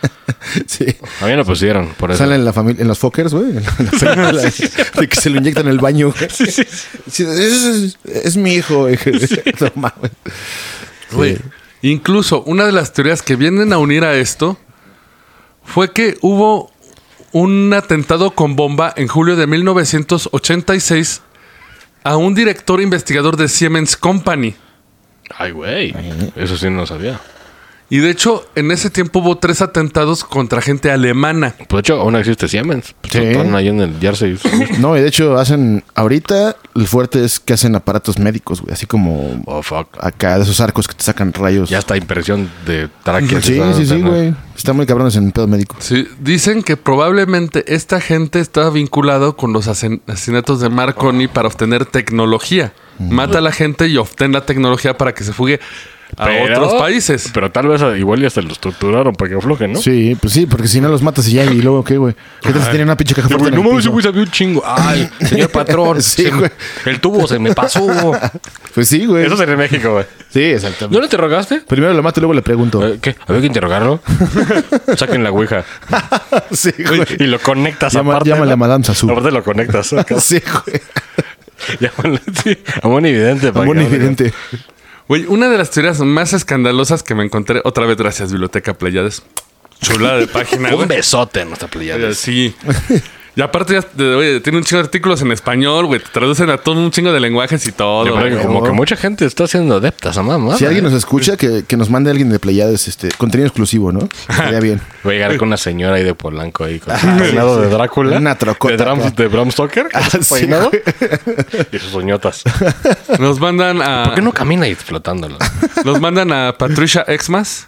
C: Sí.
D: A mí me pusieron por eso.
C: Sale en la familia, en los fuckers, güey. En la película de- de que se lo inyectan en el baño, güey. Sí, es, es mi hijo, güey. No mames.
B: Güey, Incluso una de las teorías que vienen a unir a esto fue que hubo un atentado con bomba en julio de 1986 a un director investigador de Siemens Company.
D: Ay, güey. Eso sí no lo sabía.
B: Y de hecho, en ese tiempo hubo tres atentados contra gente alemana.
D: Pues de hecho, aún existe Siemens. Pues,
C: Sí.
D: Están ahí en el Jersey.
C: No, y de hecho hacen. Ahorita el fuerte es que hacen aparatos médicos, güey. Así como
D: oh, fuck.
C: acá de esos arcos que te sacan rayos.
D: Ya está impresión de tráqueas.
C: Sí, sí, sí, güey. Están muy cabrones en pedo médico.
B: Sí, dicen que probablemente esta gente estaba vinculado con los asen- asesinatos de Marconi para obtener tecnología. Mata a la gente y obtén la tecnología para que se fugue a otros países.
D: Pero tal vez ah, igual ya se los torturaron para que aflojen, ¿no?
C: Sí, pues sí, porque si no los matas y ya, y luego qué, güey. ¿Qué tal si tienen una pinche caja
D: Sí,
C: fuerte?
D: güey,
C: en
D: no mames,
C: el
D: ese
C: piso?
D: güey sabía un chingo. Ay, señor patrón.
C: Sí,
D: se me-
C: güey.
D: el tubo se me pasó.
C: Pues sí, güey.
D: Eso es en México, güey.
C: Sí, exactamente.
D: ¿No lo interrogaste?
C: Primero lo mato y luego le pregunto.
D: Eh, ¿Qué? Había que interrogarlo. Saquen la ouija.
C: sí, güey.
D: Y lo conectas
C: Llama-
D: aparte.
C: llámale
D: ¿no?
C: a Madame Sassou.
D: Aparte lo conectas.
C: Sí, güey.
D: llámale sí, a Moni Vidente. para
C: Amor
D: que hable.
C: evidente.
B: Güey, una de las teorías más escandalosas que me encontré, otra vez gracias, Biblioteca Playades. Chulada de página,
D: Un
B: güey.
D: besote en nuestra playa.
B: Oye, Sí. Y aparte, ya, oye, tiene un chingo de artículos en español, güey. te Traducen a todo un chingo de lenguajes y todo.
D: De verdad que
B: güey.
D: como que mucha gente está siendo adepta a esa mamá.
C: Si alguien nos escucha, que, que nos mande alguien de Playades este, contenido exclusivo, ¿no? Estaría bien.
D: Voy a llegar con una señora ahí de Polanco ahí con
C: Ajá,
D: su peinado
C: Ah, sí, sí.
D: de Drácula.
C: Una trocota
D: De, Bram-
C: acá. Ah,
D: de Bram Stoker. con su
C: sí,
D: peinado. y sus uñotas.
B: Nos mandan a.
D: ¿Por qué no camina ahí flotándola?
B: Nos mandan a Patricia Exmas.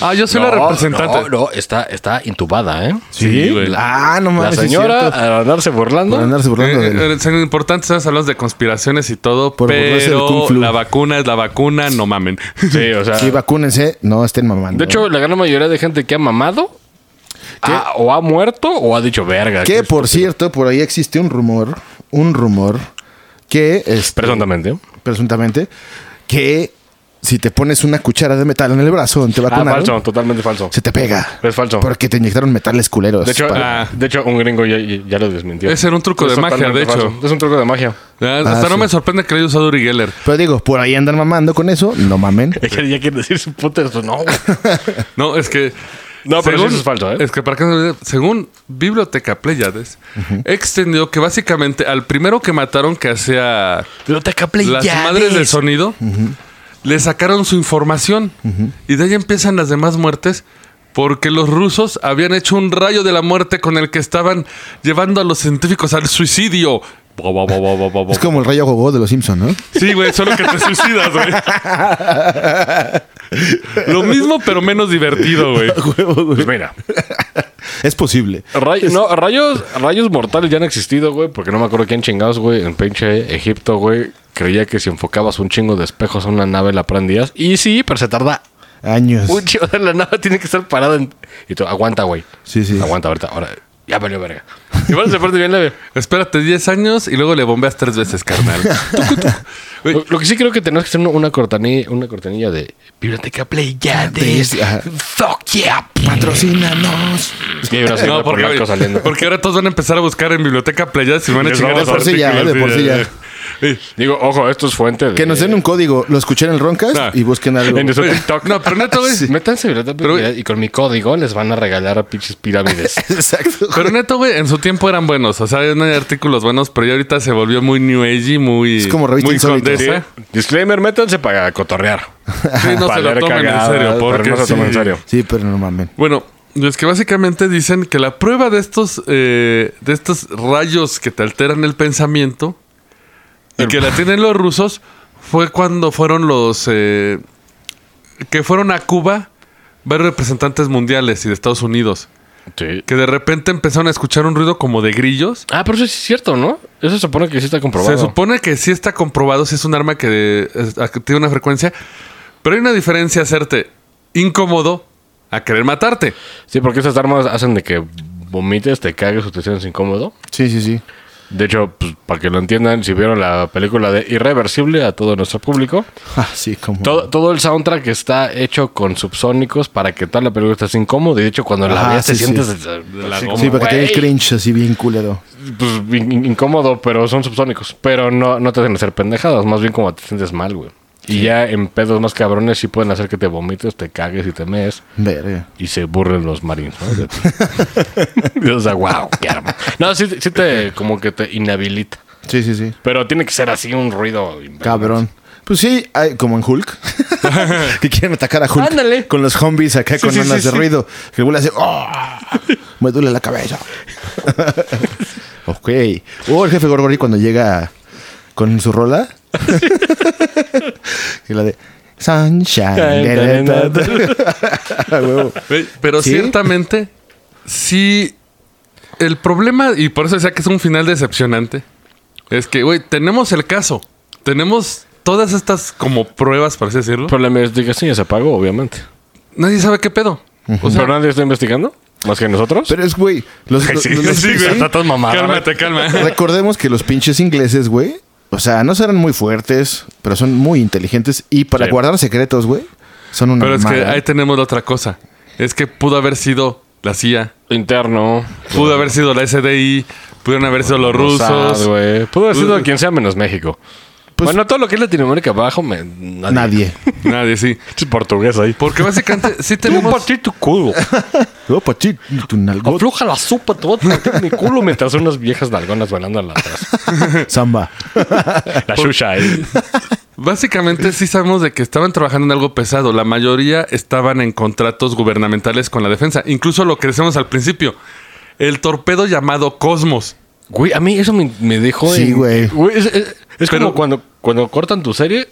B: Ah, yo soy la representante.
D: No, no, está, está intubada, ¿eh?
B: Sí, güey.
C: Ah, no
D: La
C: mames. sí es
D: señora,
C: cierto.
D: al andarse burlando,
C: Por andarse burlando
B: Eh,
C: del-
B: eh, son importantes esas hablas de conspiraciones y todo,
C: Por burlarse del Kung
B: pero
C: Flu.
B: la vacuna es la vacuna, no mamen.
D: Sí, o sea.
C: Sí, vacúnense, no estén mamando.
D: eh. de hecho, la gran mayoría de gente que ha mamado ha- o ha muerto o ha dicho verga.
C: que por cierto, por ahí existe un rumor, un rumor que es
D: Presuntamente.
C: presuntamente que si te pones una cuchara de metal en el brazo donde te
D: Ah,
C: vacunaron,
D: falso, totalmente falso.
C: se te pega.
D: Es falso.
C: Porque te inyectaron metales culeros.
D: De hecho,
C: Para-
D: ah, de hecho, un gringo ya, ya lo desmintió.
B: Ese era un truco
D: Es
B: de magia,
D: totalmente
B: de hecho.
D: falso. Es un truco de magia.
B: Ya, Hasta
C: Ah,
B: no
C: sí.
B: me sorprende que lo haya usado Uri Geller.
C: Pero digo, por ahí andan mamando con eso, no mamen.
D: Ella ya quiere decir su puta eso. No, güey.
B: No, es que.
D: No, pero sí, eso es falso, ¿eh?
B: Es que para que según Biblioteca Pleiades, extendió que básicamente al primero que mataron que hacía
D: Biblioteca
B: las
D: Pleiades.
B: madres del sonido, le sacaron su información. Y de ahí empiezan las demás muertes. Porque los rusos habían hecho un rayo de la muerte con el que estaban llevando a los científicos al suicidio. Bo, bo, bo, bo, bo, bo, bo.
C: Es como el rayo gogó de los Simpson, ¿no?
B: Sí, güey, solo que te suicidas, güey. Lo mismo, pero menos divertido, güey.
D: Pues mira,
C: Es posible.
D: ray- no, rayos, rayos mortales ya han existido, güey, porque no me acuerdo quién chingados, güey, en pinche Egipto, güey, creía que si enfocabas un chingo de espejos a una nave la prendías. Y sí, pero se tarda
C: Años.
D: un chingo, la nave tiene que estar parada en... Y tú, aguanta, güey.
C: Sí, sí.
D: Aguanta ahorita, ahora, ya valió verga. Igual se parte bien leve.
B: Espérate 10 años y luego le bombeas tres veces, carnal. Tucu, tucu. Güey,
D: Lo, lo que sí creo que tenemos que hacer una cortanilla, una cortanilla de Biblioteca Pleiades.
C: Ajá.
D: este Fuck yeah.
C: Patrocínanos.
D: Es que hay una señora
B: No, porque,
D: polaca saliendo.
B: porque ahora todos van a empezar a buscar en Biblioteca Playas y van a
D: Les
B: chingar
D: vamos
B: los
D: a-
C: De por sí ya,
B: artículos,
C: de por sí ya.
B: Sí.
D: Digo, ojo, esto es fuente de...
C: Que nos den un código. Lo escuché en el Roncast
B: Ah.
C: y busquen algo.
D: En su TikTok.
B: No, pero neta, güey.
C: Sí.
D: Métanse a Biblioteca
B: Pero-
D: Pleiades y con mi código les van a regalar a pinches pirámides.
C: Exacto.
B: Pero neta, güey, en su tiempo eran buenos. O sea, no hay artículos buenos, pero ya ahorita se volvió muy New Age y muy.
C: Es como revista
B: muy
C: insólita.
B: condesa.
D: Disclaimer, métanse para cotorrear.
B: Sí, no se
D: Para
B: lo
D: leer
B: tomen en
D: cagadas,
B: serio.
D: pero
B: Porque
D: no se lo tomen en
B: sí.
D: serio.
C: Sí, pero no mamen.
B: Bueno, es que básicamente dicen que la prueba de estos, eh, de estos rayos que te alteran el pensamiento y que la tienen los rusos fue cuando fueron los eh, que fueron a Cuba varios representantes mundiales y de Estados Unidos
D: Sí.
B: que de repente empezaron a escuchar un ruido como de grillos.
D: Ah, pero eso sí es cierto, ¿no? Eso se supone que sí está comprobado.
B: Se supone que sí está comprobado, si es un arma que es- a- que tiene una frecuencia, pero hay una diferencia hacerte incómodo a querer matarte.
D: Sí, porque esas armas hacen de que vomites, te cagues o te sientes incómodo.
C: Sí, sí, sí.
D: De hecho, pues, para que lo entiendan, si vieron la película de Irreversible a todo nuestro público,
C: Ah, sí, como.
D: todo, todo el soundtrack está hecho con subsónicos para que tal la película estés incómodo. Y de hecho, cuando la
C: Ah,
D: veas, te
C: sí,
D: sientes
C: sí.
D: eh,
B: la
D: así
B: goma.
C: Sí,
D: como,
C: para que te dé el
D: "Güey".
C: cringe así bien culero.
D: pues, in- in- incómodo, pero son subsónicos. Pero no, no te hacen hacer pendejadas, más bien como te sientes mal, güey. Y ya en pedos más cabrones sí pueden hacer que te vomites, te cagues y te mees.
C: Verga.
D: Y se burlen los marines, ¿no? De ti. o sea, wow, qué arma. No, sí, sí te como que te inhabilita.
C: Sí, sí, sí.
D: Pero tiene que ser así un ruido. inverno.
C: Cabrón. Pues sí, hay- como en Hulk. que quieren atacar a Hulk.
D: Ándale.
C: Con los zombies acá con
D: sí,
C: ondas
D: sí,
C: de
D: sí.
C: ruido. Que el güey hace. "Oh, me duele la cabeza. ok. O el jefe Gorgori cuando llega con su rola. y la de. Sunshine. A huevo.
B: Güey, Pero
C: ¿Sí?
B: ciertamente, sí. El problema, y por eso decía que es un final decepcionante, es que, güey, tenemos el caso. Tenemos todas estas como pruebas, por así decirlo.
D: Pero la investigación ya se apagó, obviamente.
B: Nadie sabe qué pedo. O sea,
D: ¿Pero nadie está investigando? ¿Más que nosotros?
C: Pero es, güey. Los, los- los-
B: sí, güey.
D: Está tan mamada.
B: Cálmate, calma.
C: Recordemos que los pinches ingleses, güey, o sea, no serán muy fuertes, pero son muy inteligentes y para
D: Sí.
C: guardar secretos, güey, son una
B: Pero es que
C: mamada.
B: ahí tenemos la otra cosa. Es que pudo haber sido la CIA,
D: Interno.
B: pudo haber sido la SDI, pudieron haber sido los
D: Mossad,
B: rusos.
D: güey. Pudo haber sido
B: Rusos.
D: quien sea menos México.
C: Pues-
D: bueno, todo lo que es Latinoamérica abajo, me, nadie.
C: Nadie.
B: Nadie, sí.
D: Es portugués ahí.
B: Porque básicamente sí tenemos...
D: tu culo.
C: Opa, chi, Oh, pues tu nalgota.
D: Afloja la sopa, te voy a partir mi culo mientras unas viejas dalgonas bailando la atrás.
C: Samba.
D: La shusha ahí.
B: Básicamente sí sabemos de que estaban trabajando en algo pesado. La mayoría estaban en contratos gubernamentales con la defensa. Incluso lo que decíamos al principio. El torpedo llamado Cosmos.
D: Güey, a mí eso me, me dejó
C: Sí,
D: en-
C: güey.
D: es es- es
B: Pero-
D: como cuando, cuando cortan tu serie.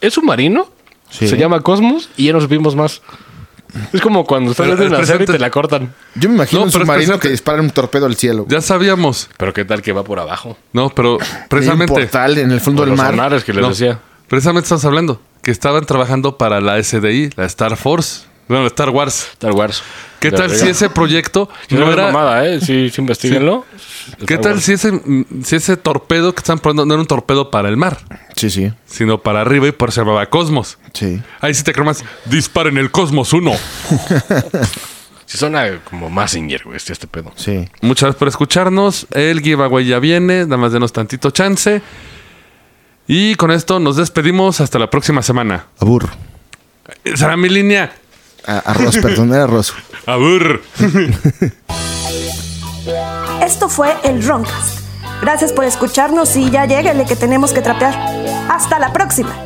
D: Es submarino.
C: Sí.
D: Se llama Cosmos y ya nos vimos más. Es como cuando estás
B: Pero
D: viendo
B: el
D: una serie y
B: presente-
D: te la cortan.
C: Yo me imagino
B: No,
C: un
B: pero es
C: submarino
B: presente.
C: que dispara un torpedo al cielo.
B: Ya sabíamos.
D: Pero qué tal que va por abajo.
B: No, pero
C: Hay un
B: precisamente...
C: portal en el fondo
D: Por
C: del
D: los
C: mar.
D: sonares que les
B: No,
D: decía.
B: Precisamente estamos hablando que estaban trabajando para la SDI, la Star Force. Bueno, la Star Wars.
D: Star Wars.
B: ¿Qué
D: La
B: tal si
D: verga.
B: ese proyecto
D: No
B: no
D: es
B: era...
D: mamada, ¿eh? Sí, sí, investiguenlo.
B: ¿Qué tal si ese, mm, si ese torpedo que están poniendo no era un torpedo para el mar,
C: Sí, sí.
B: sino para arriba y por eso se llamaba Cosmos?
C: Sí.
B: Ahí sí te cromas. Disparen el Cosmos 1.
D: Si suena como Massinger, güey, este, este pedo.
C: Sí.
B: Muchas gracias por escucharnos. El giveaway ya viene. Nada más denos tantito chance. Y con esto nos despedimos. Hasta la próxima semana.
C: Abur.
B: Será mi línea.
C: A- arroz, perdón, era arroz.
B: Abur.
A: Esto fue el Roncast. Gracias por escucharnos y ya lléguele que tenemos que trapear. Hasta la próxima.